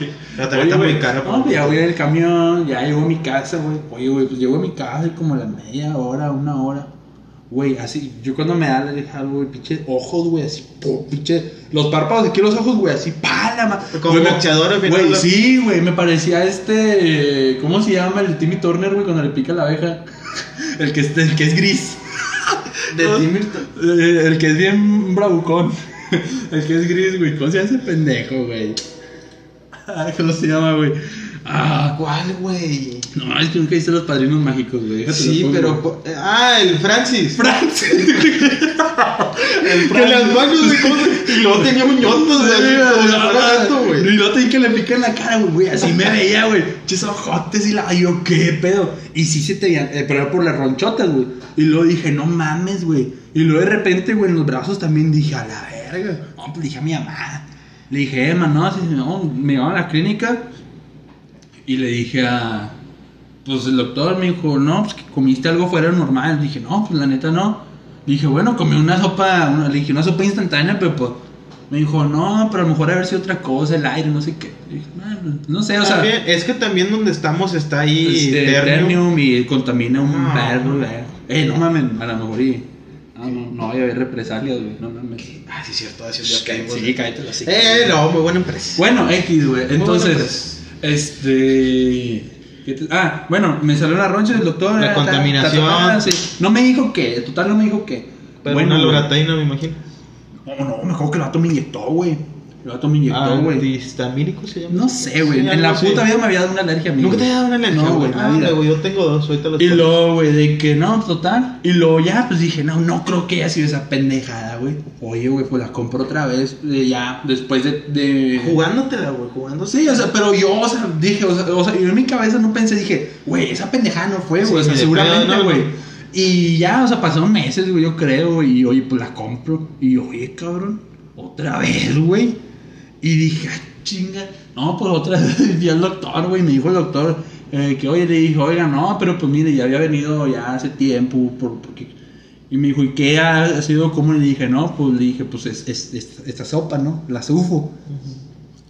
S2: La
S1: Oye,
S2: también está
S1: güey,
S2: muy cara.
S1: no, pues
S2: pero-
S1: ya voy al camión, ya llego a mi casa, güey. Oye, güey, pues llego a mi casa y como a la media hora, una hora. Güey, así, yo cuando me da la alejada, güey, pinche ojos, güey, así, po, pinche, los párpados de aquí, los ojos, güey, así, pálama.
S2: Como boxeador al final
S1: Güey,
S2: de-
S1: sí, güey, me parecía este, eh, ¿cómo se llama el de Timmy Turner, güey, cuando le pica la abeja? El que, es- el que es gris.
S2: De Timmy-
S1: Ah. Eh, El que es bien bravucón. El que es gris, güey. ¿Cómo se llama ese pendejo, güey? Ay, ¿Cómo se llama, güey? Ah,
S2: ¿Cuál, güey?
S1: no, es que nunca hice los padrinos mágicos, güey. Déjate
S2: Sí,
S1: lo pongo.
S2: pero. cu- Ah, el Francis.
S1: Francis.
S2: el
S1: Francis.
S2: Con las manos de cosas. Y luego tenía muñotos, güey. así como si fuera gato, güey.
S1: Y no te que le pica en la cara, güey, güey. Así me veía, güey. Chis ojotes y la. ay, Yo, qué pedo. Y sí se te veían. eh, pero era por las ronchotas, güey. Y luego dije, no mames, güey. Y luego de repente, güey, en los brazos también dije, a la verga. No, pues dije a mi mamá. Le dije, Emma, no, sí, no, me llevaron a la clínica. Y le dije a. Pues el doctor me dijo, no, pues que comiste algo fuera de lo normal. Le dije, no, pues la neta no. Le dije, bueno, comí una sopa, una- le dije, una sopa instantánea, pero pues. Me dijo, no, pero a lo mejor haber sido otra cosa, el aire, no sé qué. Le dije, "Ah, "No, no sé, o sea.
S2: También- es que también donde estamos está ahí.
S1: este,
S2: Ternium.
S1: ternium y contamina un
S2: No.
S1: perro, eh. Eh, no mames, a lo mejor y. Ah, no, no vaya a haber represalias, güey. No mames.
S2: Ah, sí, cierto. Hace un día
S4: Sí,
S2: caímos,
S4: sí,
S2: güey.
S4: cállate la hocico.
S2: Eh, no, muy buena empresa.
S1: Bueno, X, güey. Entonces,
S2: Entonces,
S1: este. ¿qué te- Ah, bueno, me salió la roncha del doctor.
S2: La
S1: ta- ta- ta-
S2: contaminación.
S1: ta- sí. No me dijo que, total no me dijo que.
S2: Pero una
S1: güey.
S2: loratadina, me imagino.
S3: No, no, me acuerdo que el vato me inyectó, güey. El vato me
S2: Ah,
S3: inyectó, güey.
S2: Antihistamínico se llama.
S1: No sé, güey.
S2: Sí,
S1: en la
S2: algo así.
S1: puta vida me había dado una alergia a mí.
S2: Nunca te
S1: güey.
S2: había dado una alergia,
S3: No, güey,
S2: güey. Ah,
S3: nadie.
S2: güey, pues, yo tengo dos, ahorita los
S1: Y luego, güey, de que no, total. Y luego ya, pues dije, no, no creo que haya sido esa pendejada, güey. Oye, güey, pues la compro otra vez, eh, ya, después de... de...
S2: Jugándotela, güey, jugándose.
S3: Sí, o sea, pero yo, o sea, dije, o sea, o sea, yo en mi cabeza no pensé, dije, güey, esa pendejada no fue, güey,
S2: Sí,
S3: o sea,
S2: ni de pedo,
S3: seguramente,
S2: no,
S3: güey.
S2: no.
S3: Y ya, o sea, pasaron meses, güey, yo creo, y oye, pues la compro. Y oye, cabrón, otra vez, güey. Y dije, ah, chinga, no, pues otra vez vi al doctor, güey, me dijo el doctor eh, que, oye, le dije, oiga, no, pero pues mire, ya había venido ya hace tiempo, por, porque... Y me dijo, ¿y qué ha sido? ¿Cómo? le dije, no, pues le dije, pues es, es- es- esta sopa, ¿no? La sufo.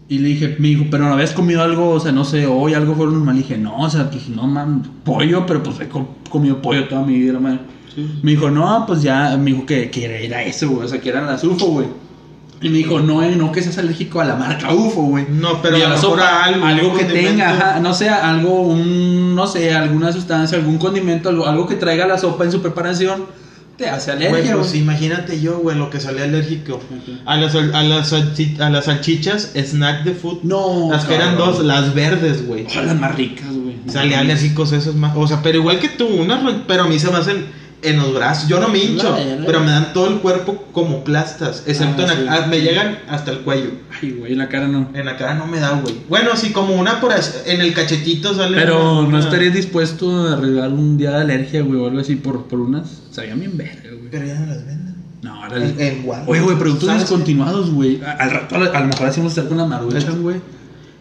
S3: Y le dije, me dijo, pero no habías comido algo, o sea, no sé, hoy algo fue lo normal. Le dije, no, o sea, pues no, man, pollo, pero pues he co- comido pollo toda mi vida, man. Me dijo, no, pues ya, me dijo que, que era, era eso, güey, o sea, que eran las UFO, güey. Y me dijo, no, eh, no que seas alérgico a la marca UFO, güey.
S2: No, pero
S3: Y
S2: a lo
S3: la
S2: mejor
S3: sopa,
S2: a algo, un
S3: que
S2: condimento.
S3: tenga, ajá, no sé, algo, un, no sé, alguna sustancia, algún condimento, algo, algo que traiga la sopa en su preparación, te hace
S2: Güey,
S3: alergia,
S2: pues
S3: güey.
S2: imagínate yo, güey, lo que salía alérgico. A las, sal- a, las salchi- a las salchichas, snack de food.
S3: No,
S2: Las que eran
S3: cabrón.
S2: dos, las verdes, güey.
S3: Oh, las más ricas, güey.
S2: Salía alérgicos esos más. O sea, pero igual que tú, una, ro- pero a mí se me hacen en los brazos. Yo no me hincho,
S3: La verga.
S2: pero me dan todo el cuerpo como plastas. Excepto
S3: Ah,
S2: en
S3: sí.
S2: la- ah, me llegan hasta el cuello.
S1: Ay, güey, la cara no.
S2: En la cara no me da, güey. Bueno, sí, como una por as- en el cachetito sale.
S1: Pero
S2: una-
S1: no
S2: una-
S1: estarías dispuesto a arriesgar un día de alergia, güey, o algo así por, por unas. Sabían bien verga, güey.
S2: Pero ya no las venden.
S1: No, ahora.
S2: En, en Walmart.
S1: Oye, güey, productos
S2: ¿Sabes?
S1: descontinuados, güey. A- Al rato, a lo- a lo mejor hacemos estar con la maruchan, güey.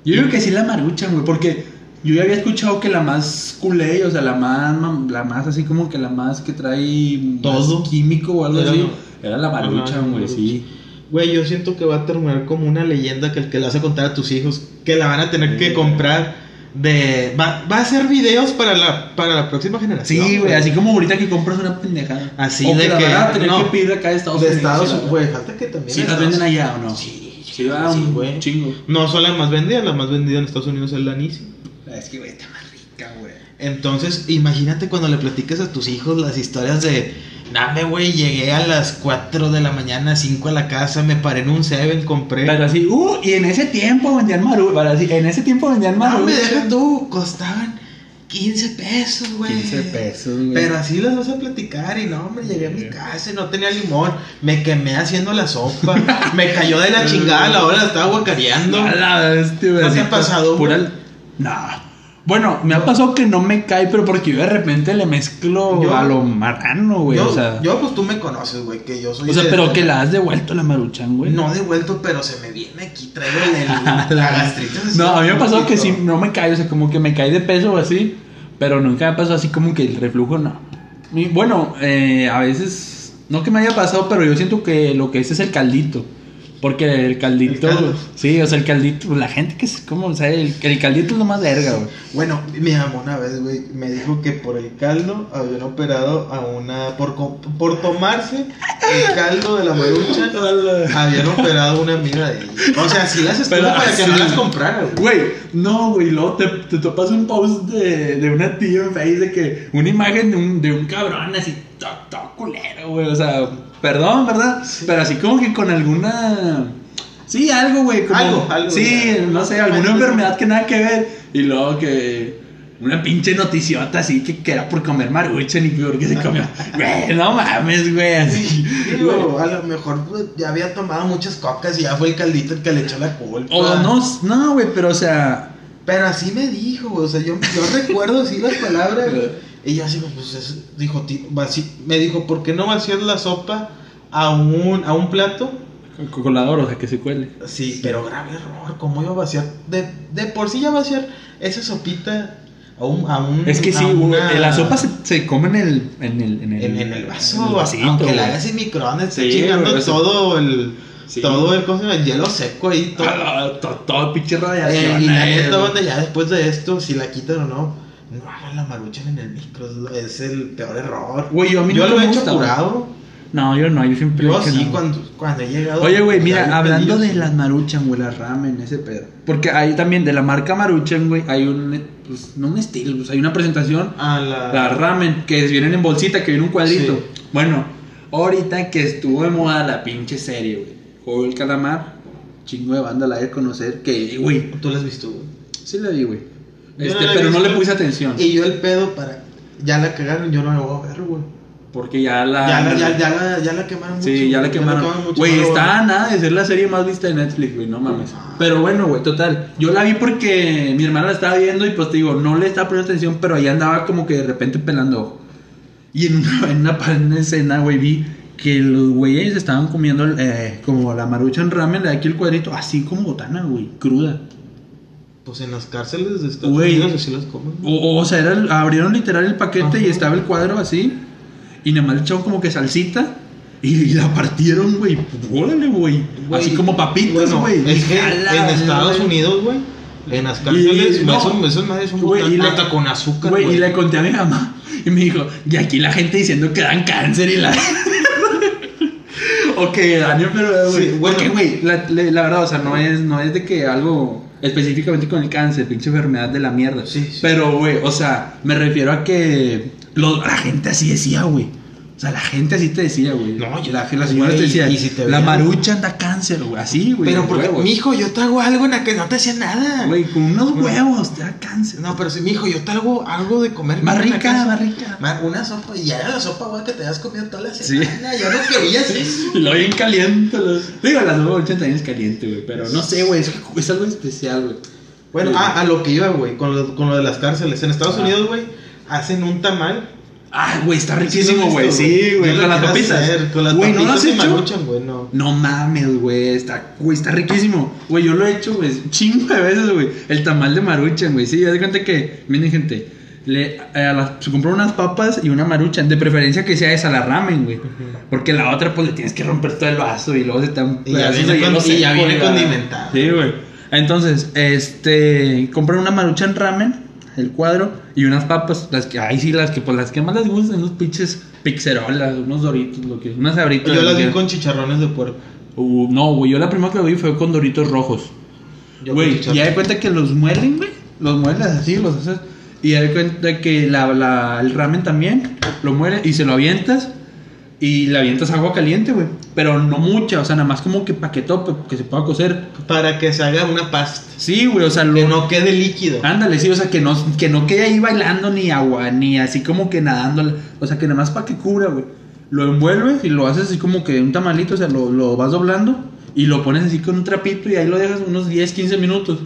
S1: Yo creo que sí la maruchan, güey, porque yo ya había escuchado que la más culé, o sea, la más, mam- la más así como que la más que trae más
S2: Todo.
S1: químico o algo
S2: Era
S1: así.
S2: no.
S1: Era la
S2: Ajá,
S1: maruchan, güey,
S2: Maruchan.
S1: sí.
S2: Güey, yo siento que va a terminar como una leyenda que el que le vas a contar a tus hijos, que la van a tener que comprar de... Va, va a hacer videos para la, para la próxima generación.
S1: Sí, güey, así como ahorita que compras una pendejada.
S2: Así
S1: O
S2: de
S1: la
S2: que-
S1: van a tener
S2: no.
S1: que pedir acá de Estados
S2: de
S1: Unidos.
S2: Estados
S1: ¿verdad?
S2: Unidos, güey, falta que también...
S1: Sí,
S2: de
S1: las
S2: Estados-
S1: venden allá o no.
S2: Sí,
S1: Sí, va,
S2: sí,
S1: un
S2: güey.
S1: chingo.
S2: No son las más vendidas, las más vendidas en Estados Unidos es la anís.
S1: Es que, güey, está más rica, güey.
S2: Entonces, imagínate cuando le platiques a tus hijos las historias de, dame, güey, llegué a las 4 de la mañana, 5 a la casa, me paré en un 7, compré...
S1: Pero así, uh, y en ese tiempo vendían maru, para así, en ese tiempo vendían
S2: No,
S1: maru.
S2: me deja tú, costaban 15 pesos, güey.
S1: 15 pesos, güey.
S2: Pero así las vas a platicar y no, hombre, llegué a mi casa y no tenía limón. Me quemé haciendo la sopa. me cayó de la chingada, la hora la estaba guacareando.
S1: A la bestia, güey,
S2: ¿No
S1: así,
S2: te ha pasado,
S1: pura-
S2: güey?
S1: Nah. Bueno, me ha pasado que no me cae, pero porque yo de repente le mezclo
S2: Yo-
S1: a lo marrano, güey.
S2: yo,
S1: o sea,
S2: yo, pues tú me conoces, güey, que yo soy.
S1: o sea
S2: de-
S1: pero que la has devuelto la maruchan, güey.
S2: No devuelto, pero se me viene aquí, traigo el, el- la gastritis.
S1: No, a mí me ha pasado que sí,
S2: sí
S1: no me cae, o sea, como que me cae de peso o así, pero nunca me ha pasado así como que el reflujo, no. Y bueno, eh, a veces, no que me haya pasado, pero yo siento que lo que es es el caldito. Porque el caldito,
S2: El caldo.
S1: sí, o sea, el caldito, la gente que es como, o sea, el, el caldito es lo más verga, güey.
S2: Bueno, mi mamá una vez, güey, me dijo que por el caldo habían operado a una. Por, co- por tomarse el caldo de la marucha, habían operado a una amiga de ella. O sea, sí las estuvo
S1: Pero
S2: para que no
S1: así.
S2: las comprara, güey.
S1: Güey, no, güey, luego te, te topas un post de, de una tía en Face de que una imagen de un, de un cabrón así, todo, todo culero, güey, o sea, perdón, ¿verdad? Pero así como que con alguna... Sí, algo, güey, como...
S2: Algo, algo,
S1: Sí,
S2: ya.
S1: no sé, alguna enfermedad que nada que ver. Y luego que... Una pinche noticiota así que, que era por comer maruchan y que porque se comió. Güey, no mames, güey, así.
S2: Digo, a lo mejor pues, ya había tomado muchas cocas y ya fue el caldito el que le echó la culpa.
S1: O no, no, güey, pero o sea...
S2: Pero así me dijo, güey, o sea, yo, yo recuerdo así las palabras. güey. Y yo así, pues, eso, dijo, ti- vací- me dijo, ¿por qué no vacías la sopa a un, a un plato?
S1: Con colador, o sea, que se cuele.
S2: Sí, pero grave error, ¿cómo iba a vaciar? De, de por sí ya vaciar esa sopita a un... A un
S1: Es que
S2: a
S1: sí,
S2: una-
S1: güey, la sopa se, se come en el, en el, en el,
S2: En, en el vaso,
S1: en el vasito,
S2: aunque la
S1: güey.
S2: hagas en microondas, está
S1: Sí,
S2: chingando
S1: güey, eso-
S2: todo el...
S1: Sí.
S2: Todo el, ¿cómo se llama? el hielo seco ahí, todo.
S1: Ah, to- todo pinche
S2: Eh,
S1: radiación.
S2: y la
S1: eh,
S2: neta,
S1: güey.
S2: banda, ya después de esto, si la quitan o no, no hagan la maruchan en el micro, es lo- es el peor error.
S1: Güey, yo a mí
S2: Yo
S1: no
S2: lo
S1: me
S2: he hecho
S1: gusta,
S2: curado.
S1: No, yo no, yo siempre
S2: Yo
S1: digo que
S2: sí,
S1: no.
S2: cuando, cuando he llegado.
S1: Oye, güey,
S2: Hay
S1: mira, hablando de
S2: pedidos.
S1: las maruchan, güey, las ramen, ese pedo. Porque ahí también, de la marca maruchan, güey, hay un, pues, no un estilo, pues, hay una presentación,
S2: A Ah, la.
S1: las ramen, que vienen en bolsita, que viene un cuadrito. Bueno, ahorita que estuvo de moda la pinche serie, güey, Juego del Calamar, chingo de banda la he de conocer, que, güey,
S2: Tú las has visto, güey.
S1: sí la vi, güey.
S2: Yo
S1: Este,
S2: no la he
S1: pero no
S2: visto.
S1: le puse atención,
S2: Y yo el pedo para. Ya la cagaron, yo no la voy a ver, güey.
S1: porque ya la...
S2: Ya, la- ya, ya la, ya la quemaron mucho.
S1: Ah, Sí, ya la quemaron.
S2: acaban mucho,
S1: Güey,
S2: pero
S1: está a nada de ser la serie más vista de Netflix, güey, no mames. Pero bueno, güey, total. Yo la vi porque mi hermana la estaba viendo y pues te digo, no le estaba poniendo atención, pero ahí andaba como que de repente pelando. ojo. Y en una, en una, pa- en una escena, güey, vi que los güeyes estaban comiendo eh, como la marucha en ramen de aquí el cuadrito, así como botana, güey, cruda.
S2: bueno, Pues en las cárceles de Estados
S1: Güey.
S2: Unidos así las comen. güey.
S1: O, o sea, era el- abrieron literal el paquete
S2: Ajá.
S1: y estaba el cuadro así. Y nada más le echaron como que salsita. Y, y la partieron, güey. Órale, güey.
S2: Güey,
S1: Así como papitas,
S2: bueno,
S1: güey.
S2: Es que
S1: A la
S2: en Estados
S1: madre.
S2: Unidos, güey. En las cárceles,
S1: Y- no.
S2: esos, esos madres son
S1: Güey, y
S2: botanas,
S1: la-
S2: hasta con azúcar,
S1: Güey, y le conté a mi mamá. Y me dijo, y aquí la gente diciendo que dan cáncer y la. o que dan enfermedad, güey.
S2: Sí, bueno.
S1: Porque, güey, la, le- la verdad, o sea, no es, no es de que algo específicamente con el cáncer, pinche enfermedad de la mierda.
S2: Sí, sí.
S1: Pero, güey, o sea, me refiero a que lo- la gente así decía, güey. O sea, la gente así te decía, güey.
S2: No, yo-
S1: la, la señora te
S2: güey,
S1: decía,
S2: y si te
S1: la
S2: vean".
S1: marucha anda cáncer, güey. Así, güey.
S2: Pero
S1: de
S2: porque,
S1: huevos.
S2: mijo, yo te hago algo en la que no te hacía nada.
S1: Güey, con unos huevos te da cáncer.
S2: No, pero sí, mijo, yo te hago algo de comer.
S1: Más
S2: en la
S1: rica,
S2: casa.
S1: más rica.
S2: Man, una sopa, y ya era la sopa, güey, que te has comido toda la
S1: Sí.
S2: semana. Yo no querías eso.
S1: Lo bien caliente. Lo... Digo, la sopa 80 también es caliente, güey. Pero no sé, güey. Es, es algo especial, güey.
S2: Bueno,
S1: Sí.
S2: ah, a lo que iba, güey, con lo, con lo de las cárceles. En Estados
S1: Ah.
S2: Unidos, güey, hacen un tamal.
S1: Ah, güey, está
S2: Sí, lo
S1: riquísimo,
S2: he
S1: güey.
S2: visto,
S1: Sí,
S2: Yo
S1: güey.
S2: lo
S1: Con las
S2: quiero
S1: papitas.
S2: hacer, Con las
S1: Güey, ¿no lo has
S2: papitas y
S1: hecho?
S2: maruchan, güey, no.
S1: No mames, güey. Está, güey, está riquísimo. Güey, yo lo he hecho, güey. Chingo de veces, güey. El tamal de maruchan, güey. Sí, haz de cuenta que, miren, gente. Le, eh, a las- se compró unas papas y una maruchan. De preferencia que sea esa la ramen, güey. Porque la otra, pues le tienes que romper todo el vaso y luego se te dan
S2: Y ya
S1: pedazos
S2: viene
S1: de
S2: con-
S1: hielo
S2: y ya
S1: seco,
S2: viene
S1: güey.
S2: condimentada.
S1: Sí, güey. Entonces, este. Compré una maruchan ramen, el cuadro, y unas papas. Las que, ahí sí, las que, pues las que más les gustan, unos pinches pixerolas, unos doritos, lo que unas abritas.
S2: Yo las vi con chicharrones de puerco.
S1: Uh, no, güey, yo la primera que lo vi fue con doritos rojos.
S2: Yo con
S1: Güey,
S2: chicharrón.
S1: ya de cuenta que los muelen, güey. Los mueles así, los haces. Y ya de cuenta que la, la- el ramen también lo muelen y se lo avientas. Y le avientas agua caliente, güey. Pero no mucha, o sea, nada más como que pa' que tope, que se pueda cocer.
S2: Para que se haga una pasta.
S1: Sí, güey, o sea,
S2: Que
S1: lo,
S2: no quede líquido.
S1: Ándale, sí, o sea, que no, que no quede ahí bailando ni agua, ni así como que nadando. O sea, que nada más para que cubra, güey. Lo envuelves y lo haces así como que un tamalito, o sea, lo, lo vas doblando y lo pones así con un trapito y ahí lo dejas unos 10, 15 minutos.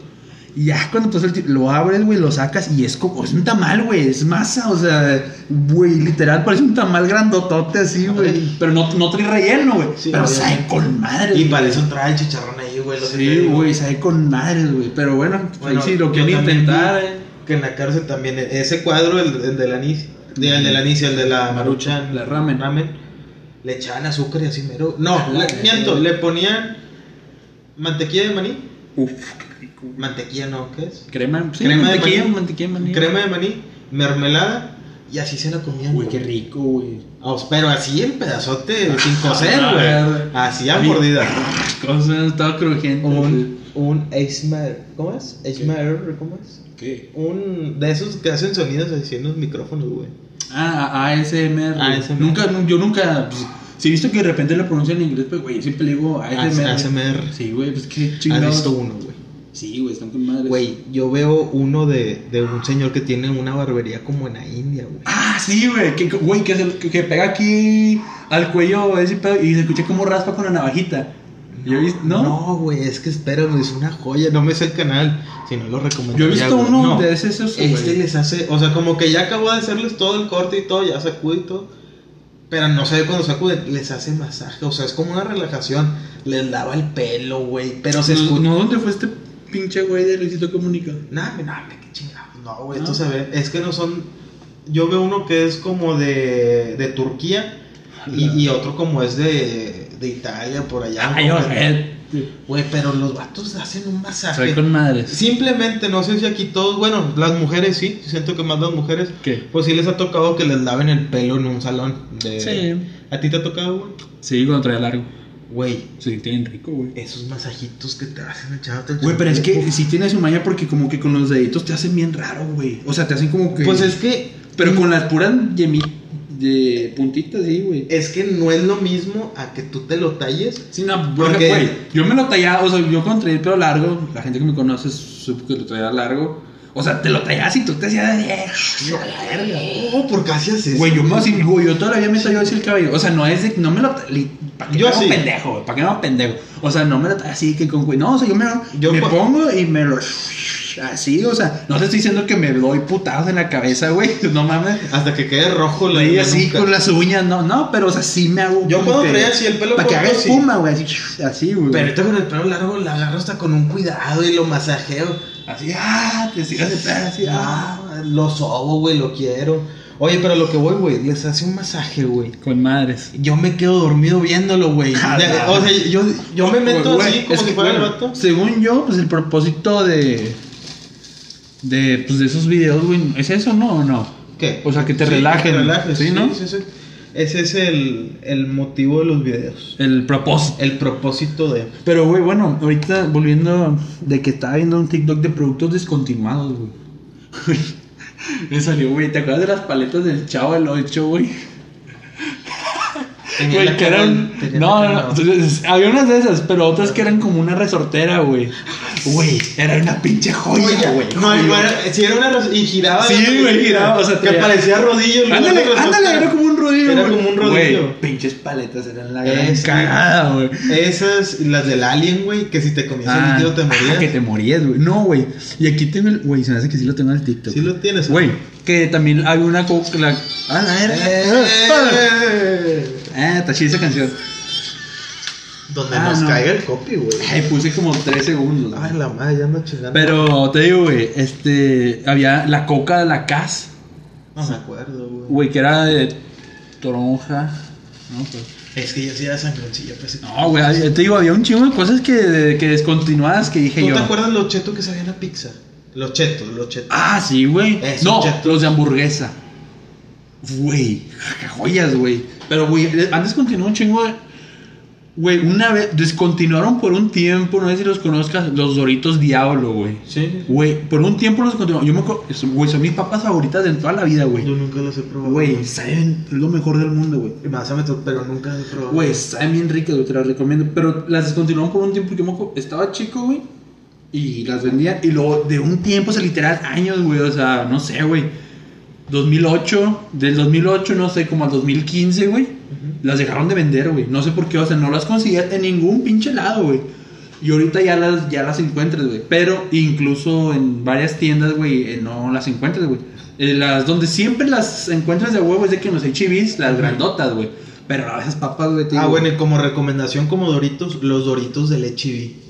S1: Y ya cuando tú sueltes- lo abres, güey, lo sacas y es como, es un tamal, güey, es masa, o sea, güey, literal, parece un tamal grandotote así, güey.
S2: Ay.
S1: Pero no, no trae relleno, güey.
S2: Sí,
S1: pero
S2: obviamente.
S1: sabe con madre,
S2: Y para eso trae el chicharrón ahí, güey. lo que te
S1: Sí,
S2: digo.
S1: güey, sabe con madre, güey. Pero bueno, pues,
S2: Bueno,
S1: ahí sí, lo
S2: yo
S1: quieren
S2: también
S1: intentar,
S2: vi
S1: eh.
S2: Que en la cárcel también, e- ese cuadro, el, el de la anís, de- el de la anís, el de la maruchan,
S1: La ramen.
S2: le echaban azúcar y así mero. No,
S1: La-
S2: le- miento, le ponían mantequilla de maní,
S1: Uf, qué rico.
S2: mantequilla no, ¿qué es?
S1: Crema, sí,
S2: Crema de
S1: mantequilla,
S2: maní.
S1: mantequilla de maní.
S2: Crema de maní, mermelada y así se la comían.
S1: Güey,
S2: güey.
S1: qué rico, güey.
S2: Ah, Pero así el pedazote sin cocer,
S1: Ah,
S2: güey.
S1: ver.
S2: Así a
S1: Ay.
S2: mordida.
S1: Cosa estaba crujiente.
S2: Un, un Eismer, ¿cómo es? Eismer, ¿cómo es?
S1: ¿Qué?
S2: Un de esos que hacen sonidos así en los micrófonos, güey.
S1: Ah, a- ASMR. güey.
S2: ASMR.
S1: Nunca, nu- yo nunca. Pues, si he visto que de repente lo pronuncian en inglés, pues, güey, siempre le digo ASMR.
S2: ASMR.
S1: Sí, güey, pues qué
S2: ¿Has
S1: chingados.
S2: visto uno, güey?
S1: Sí, güey, están con madre.
S2: Güey, yo veo uno de, de un señor que tiene una barbería como en la India, güey.
S1: Ah, sí, güey, que, que- güey, que, se- que- que pega aquí al cuello ese pedo y se escucha como raspa con la navajita. Yo he visto, ¿no?
S2: No, güey, es que espérame, es una joya. No me sé el canal, si no lo recomendaría.
S1: Yo he visto
S2: güey.
S1: uno
S2: No,
S1: de ese, esos, güey.
S2: Este les hace, o sea, como que ya acabó de hacerles todo el corte y todo, ya sacude y todo. Pero no sé cuando sacude, les hace masaje, o sea, es como una relajación. Les lava el pelo, güey, pero se
S1: No,
S2: escucha.
S1: no, ¿dónde fue este pinche güey de Luisito Comunica?
S2: Nah, nah, nah, qué chingados. No, güey,
S1: No.
S2: esto se ve. Es que no son. Yo veo uno que es como de, de Turquía y, y otro como es de, de Italia, por allá.
S1: Ay,
S2: como
S1: o sea,
S2: que-
S1: eh,
S2: Güey, pero los vatos hacen un masaje.
S5: Soy con madres.
S2: Simplemente, no sé si aquí todos, bueno, las mujeres sí, siento que más las mujeres,
S5: ¿Qué?
S2: pues sí les ha tocado que les laven el pelo en un salón. de-
S5: Sí.
S2: ¿A ti te ha tocado, güey?
S5: Sí, cuando traía largo.
S2: Güey,
S5: Sí, tienen rico, güey.
S2: esos masajitos que te hacen echándote el
S1: Güey, pero es que
S2: champú.
S1: si tiene su maña porque como que con los deditos te hacen bien raro, güey. O sea, te hacen como que...
S2: Pues es que.
S1: Pero con las puras yemi... de puntitas, sí, güey.
S2: Es que no es lo mismo a que tú te lo talles.
S1: Sí, no,
S2: ¿Por
S1: porque,
S2: qué?
S1: güey, yo me lo tallaba, o sea, yo cuando traía el pelo largo, la gente que me conoce supo que lo traía largo. O sea, te lo tallabas y tú te hacías de...
S2: Oh, ¿por qué hacías eso?
S1: Güey, yo me así, güey, yo todavía me tallaba así el cabello. O sea, no es de, no me lo ¿Para qué
S2: Yo
S1: me hago
S2: sí.
S1: pendejo, güey? ¿Para qué me hago pendejo? O sea, no me lo tallaba así que con güey. No, o sea, yo me,
S2: Yo pues
S1: me
S2: pa-
S1: pongo y me lo así, o sea, no te estoy diciendo que me doy putados en la cabeza, güey. No mames.
S2: Hasta que quede rojo la
S1: Y
S2: idea
S1: así
S2: nunca.
S1: con las uñas, no, no, pero o sea, sí me hago.
S2: Yo
S1: como
S2: cuando
S1: que-
S2: traía así el pelo
S1: Para que haga
S2: corto, sí.
S1: espuma, güey, así, así, güey.
S2: Pero ahorita con el pelo largo la agarro hasta con un cuidado y lo masajeo.
S1: Así, ah, te sigas de pedo, así, ah.
S2: Ah, lo sobo, güey, lo quiero. Oye, pero lo que voy, güey, les hace un masaje, güey.
S5: Con madres.
S2: Yo me quedo dormido viéndolo, güey.
S1: Ah,
S2: De-
S1: la-
S2: O sea, yo, yo me meto
S1: Pues, Güey,
S2: así como
S1: es
S2: si
S1: que,
S2: fuera el
S1: bueno,
S2: vato.
S1: Según yo, pues el propósito de. De, pues, de esos videos, güey, ¿es eso, no? ¿O no?
S2: ¿Qué?
S1: O sea, que te
S2: Sí,
S1: relajen.
S2: te relajes,
S1: ¿Sí, no?
S2: sí, sí. Ese es el, el motivo de los videos.
S5: El propósito.
S2: El propósito de.
S1: Pero, güey, bueno, ahorita volviendo de que estaba viendo un TikTok de productos descontinuados, güey. Güey, Me salió, güey, ¿te acuerdas de las paletas del Chavo del 8, güey?
S2: Tenía
S1: Güey,
S2: la
S1: que
S2: cara-
S1: eran...
S2: tenía
S1: No,
S2: la
S1: no,
S2: cara-
S1: no. Entonces, había unas de esas, pero otras que eran como una resortera, güey. Güey, era una pinche joya, güey.
S2: No,
S1: Joya.
S2: no, era, sí, era una. ros- Y giraba.
S1: Sí,
S2: la-
S1: güey, giraba, o sea,
S2: que
S1: traía-
S2: parecía rodillo. ¿no?
S1: Ándale, ándale, era como un rodillo.
S2: Era
S1: güey.
S2: como un rodillo.
S1: Güey, pinches paletas eran la gran
S2: Es-
S1: cagada, güey.
S2: Esas, las del Alien, güey, que si te comías el líquido te morías.
S1: ah, que te morías, güey. No, güey. Y aquí tengo el. Güey, se me hace que sí lo tengo en el TikTok.
S2: Sí lo tienes,
S1: Güey, que también hay una. co- La... Ah, la verga. Ah,
S2: Eh,
S1: Ah, está chida esa canción.
S2: Donde
S1: Ah,
S2: nos
S1: no.
S2: caiga el copy, güey.
S1: Ay, puse como 3 segundos.
S2: Ay, la madre, ya ando chingando.
S5: Pero te digo, güey, este. Había la coca de la CAS,
S2: No me acuerdo, güey.
S5: güey, que era de toronja. No, pues.
S2: Es que yo sí era sangroncillo, pues.
S5: No, güey, había- te digo, había un chingo de cosas que, que descontinuadas que dije
S2: ¿Tú
S5: yo.
S2: te acuerdas los chetos que sabían a pizza? Los chetos, los chetos.
S5: Ah, sí, güey.
S2: Es
S5: No,
S2: un cheto.
S5: los de hamburguesa.
S1: Güey, jaja, joyas, güey. Pero, güey, han descontinuado un chingo de. Güey, una vez. Descontinuaron por un tiempo, no sé si los conozcas, los Doritos Diablo, güey.
S2: Sí.
S1: Güey, por un tiempo los continuó. Yo me acuerdo- son- güey, son mis papas favoritas de toda la vida, güey.
S2: Yo nunca los he probado.
S1: Güey, saben lo mejor del mundo, güey.
S2: Y Me vas a meter, pero nunca los he probado.
S1: Güey, saben bien ricas, güey, te las recomiendo. Pero las descontinuaron por un tiempo porque yo me acuerdo- estaba chico, güey. Y las vendían. Y luego de un tiempo, o sea, literal, años, güey. O sea, no sé, güey. 2008, del 2008, no sé, como al 2015, güey. Las dejaron de vender, güey. No sé por qué, o sea, no las conseguías en ningún pinche lado, güey. Y ahorita ya las, ya las encuentras, güey. Pero incluso en varias tiendas, güey, eh, no las encuentras, güey. Eh, las donde siempre las encuentras de huevo es de que no sé, chivis, las grandotas, güey. Pero a veces papas, güey, te
S2: Ah,
S1: digo,
S2: bueno, y como recomendación, como Doritos, los Doritos del HB.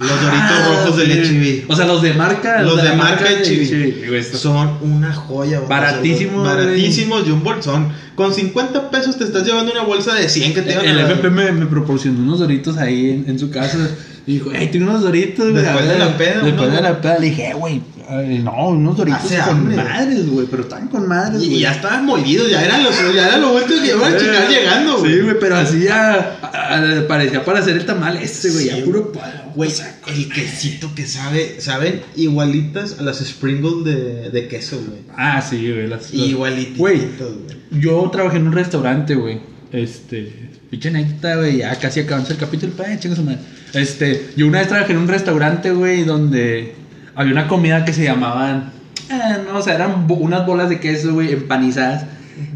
S2: Los Doritos
S1: ah,
S2: rojos del
S1: sí.
S2: HB.
S1: O sea, los de marca.
S2: Los de marca
S1: de
S2: HB.
S1: güey, estos-
S2: Son una joya. vato.
S1: Baratísimo,
S2: O sea,
S1: güey.
S2: Baratísimos de un bolsón. Con 50 pesos te estás llevando una bolsa de 100 que te iban
S1: El
S2: a dar.
S1: FP me, me proporcionó unos doritos ahí en, en su casa. Y dijo, hey, tengo unos doritos, güey.
S2: Después
S1: a ver".
S2: de la peda,
S1: Después
S2: ¿no?
S1: de la peda, le dije, "Eh, güey, ay, no, unos doritos
S2: Hace
S1: con
S2: hambre.
S1: madres, güey. Pero están con madres,
S2: Y
S1: güey.
S2: y ya estaban molidos, ya era, los, ya era lo último que iban a chingar llegando, güey.
S1: Eh, Sí, güey, pero así ya a- a- parecía para hacer el tamal este, güey.
S2: Sí,
S1: ya puro palo.
S2: Güey, Pues, el quesito que sabe, saben igualitas a las Springles de, de queso, güey.
S5: Ah, sí, güey. Las, las-
S2: Igualititas,
S5: Güey,
S2: güey.
S5: Yo trabajé en un restaurante, güey. Este, pinche anécdota, güey. Ya casi acabamos el capítulo.
S1: eh,
S5: pa, chinga su madre. Este, yo una vez trabajé en un restaurante, güey, donde había una comida que se llamaban. eh, no, o sea, eran bo- unas bolas de queso, güey, empanizadas.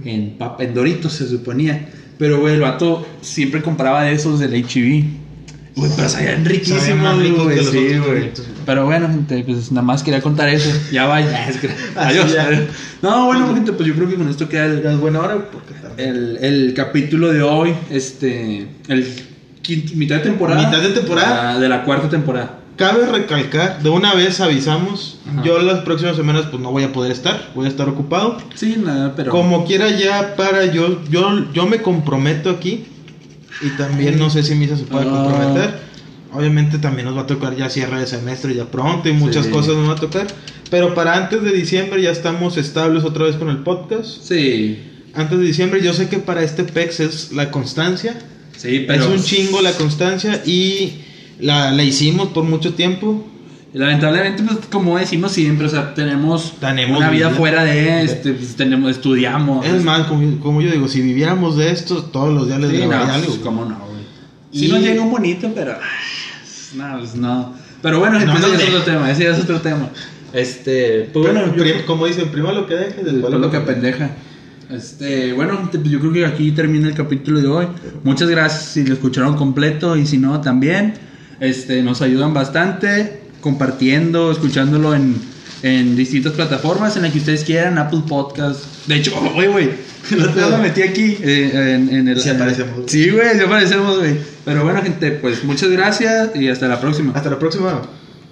S1: En, pap- en Doritos se suponía. Pero, güey, el vato siempre compraba de esos del HB. Güey, pero sabían
S2: Sabían más
S1: riquísimos,
S2: ricos
S1: güey.
S2: que los
S1: Sí,
S2: otros
S1: güey.
S2: Doritos, güey.
S1: Pero bueno, gente, pues nada más quería contar eso. Ya vaya. es que- Adiós.
S2: ya.
S1: adiós. No, bueno, gente, pues yo creo que con esto queda el,
S2: Pero es buena hora porque también.
S1: el, el capítulo de hoy. Este. El quinto- mitad de temporada.
S2: Mitad de temporada.
S1: Ah, de la cuarta temporada.
S2: Eh, Cabe recalcar, de una vez avisamos,
S1: Ajá.
S2: yo las próximas semanas pues no voy a poder estar, voy a estar ocupado.
S1: Sí, nada, pero.
S2: Como quiera ya para yo, yo, yo me comprometo aquí y también no sé si Misa se puede
S1: Ah.
S2: comprometer. Obviamente también nos va a tocar ya cierre de semestre ya pronto y muchas
S3: Sí.
S2: cosas nos va a tocar. Pero para antes de diciembre ya estamos estables otra vez con el podcast.
S3: Sí.
S2: Antes de diciembre yo sé que para este PEX es la constancia.
S3: Sí, pero.
S2: Es un chingo la constancia y la, la hicimos por mucho tiempo.
S1: Lamentablemente, pues como decimos siempre, o sea, tenemos,
S2: Tenemos
S1: una vida,
S2: vida.
S1: fuera de este, pues, tenemos, estudiamos.
S2: Es más, como, como yo digo, si viviéramos de esto, todos los días les
S1: pues Sí, no,
S2: grabaría
S1: pues,
S2: algo.
S1: cómo no, güey.
S2: Y-
S1: Sí nos llega un bonito, pero... ay, No, pues no. Pero bueno, ese
S2: No, no,
S1: ya es
S2: no.
S1: otro tema, ese ya es otro tema. Este, pues bueno, yo-
S2: Prim- como dicen, primero lo que dejes, después
S1: Después
S2: lo que
S1: pendeja. Este, bueno, te- yo creo que aquí termina el capítulo de hoy. Muchas gracias si lo escucharon completo y si no también. Este, nos ayudan bastante compartiendo, escuchándolo en, en distintas plataformas en las que ustedes quieran, Apple Podcast. De hecho, güey, güey, el otro día lo metí aquí eh, en, en el
S2: Sí aparecemos.
S1: Sí, güey, sí aparecemos, güey. Pero bueno, gente, pues muchas gracias y hasta la próxima.
S2: Hasta la próxima.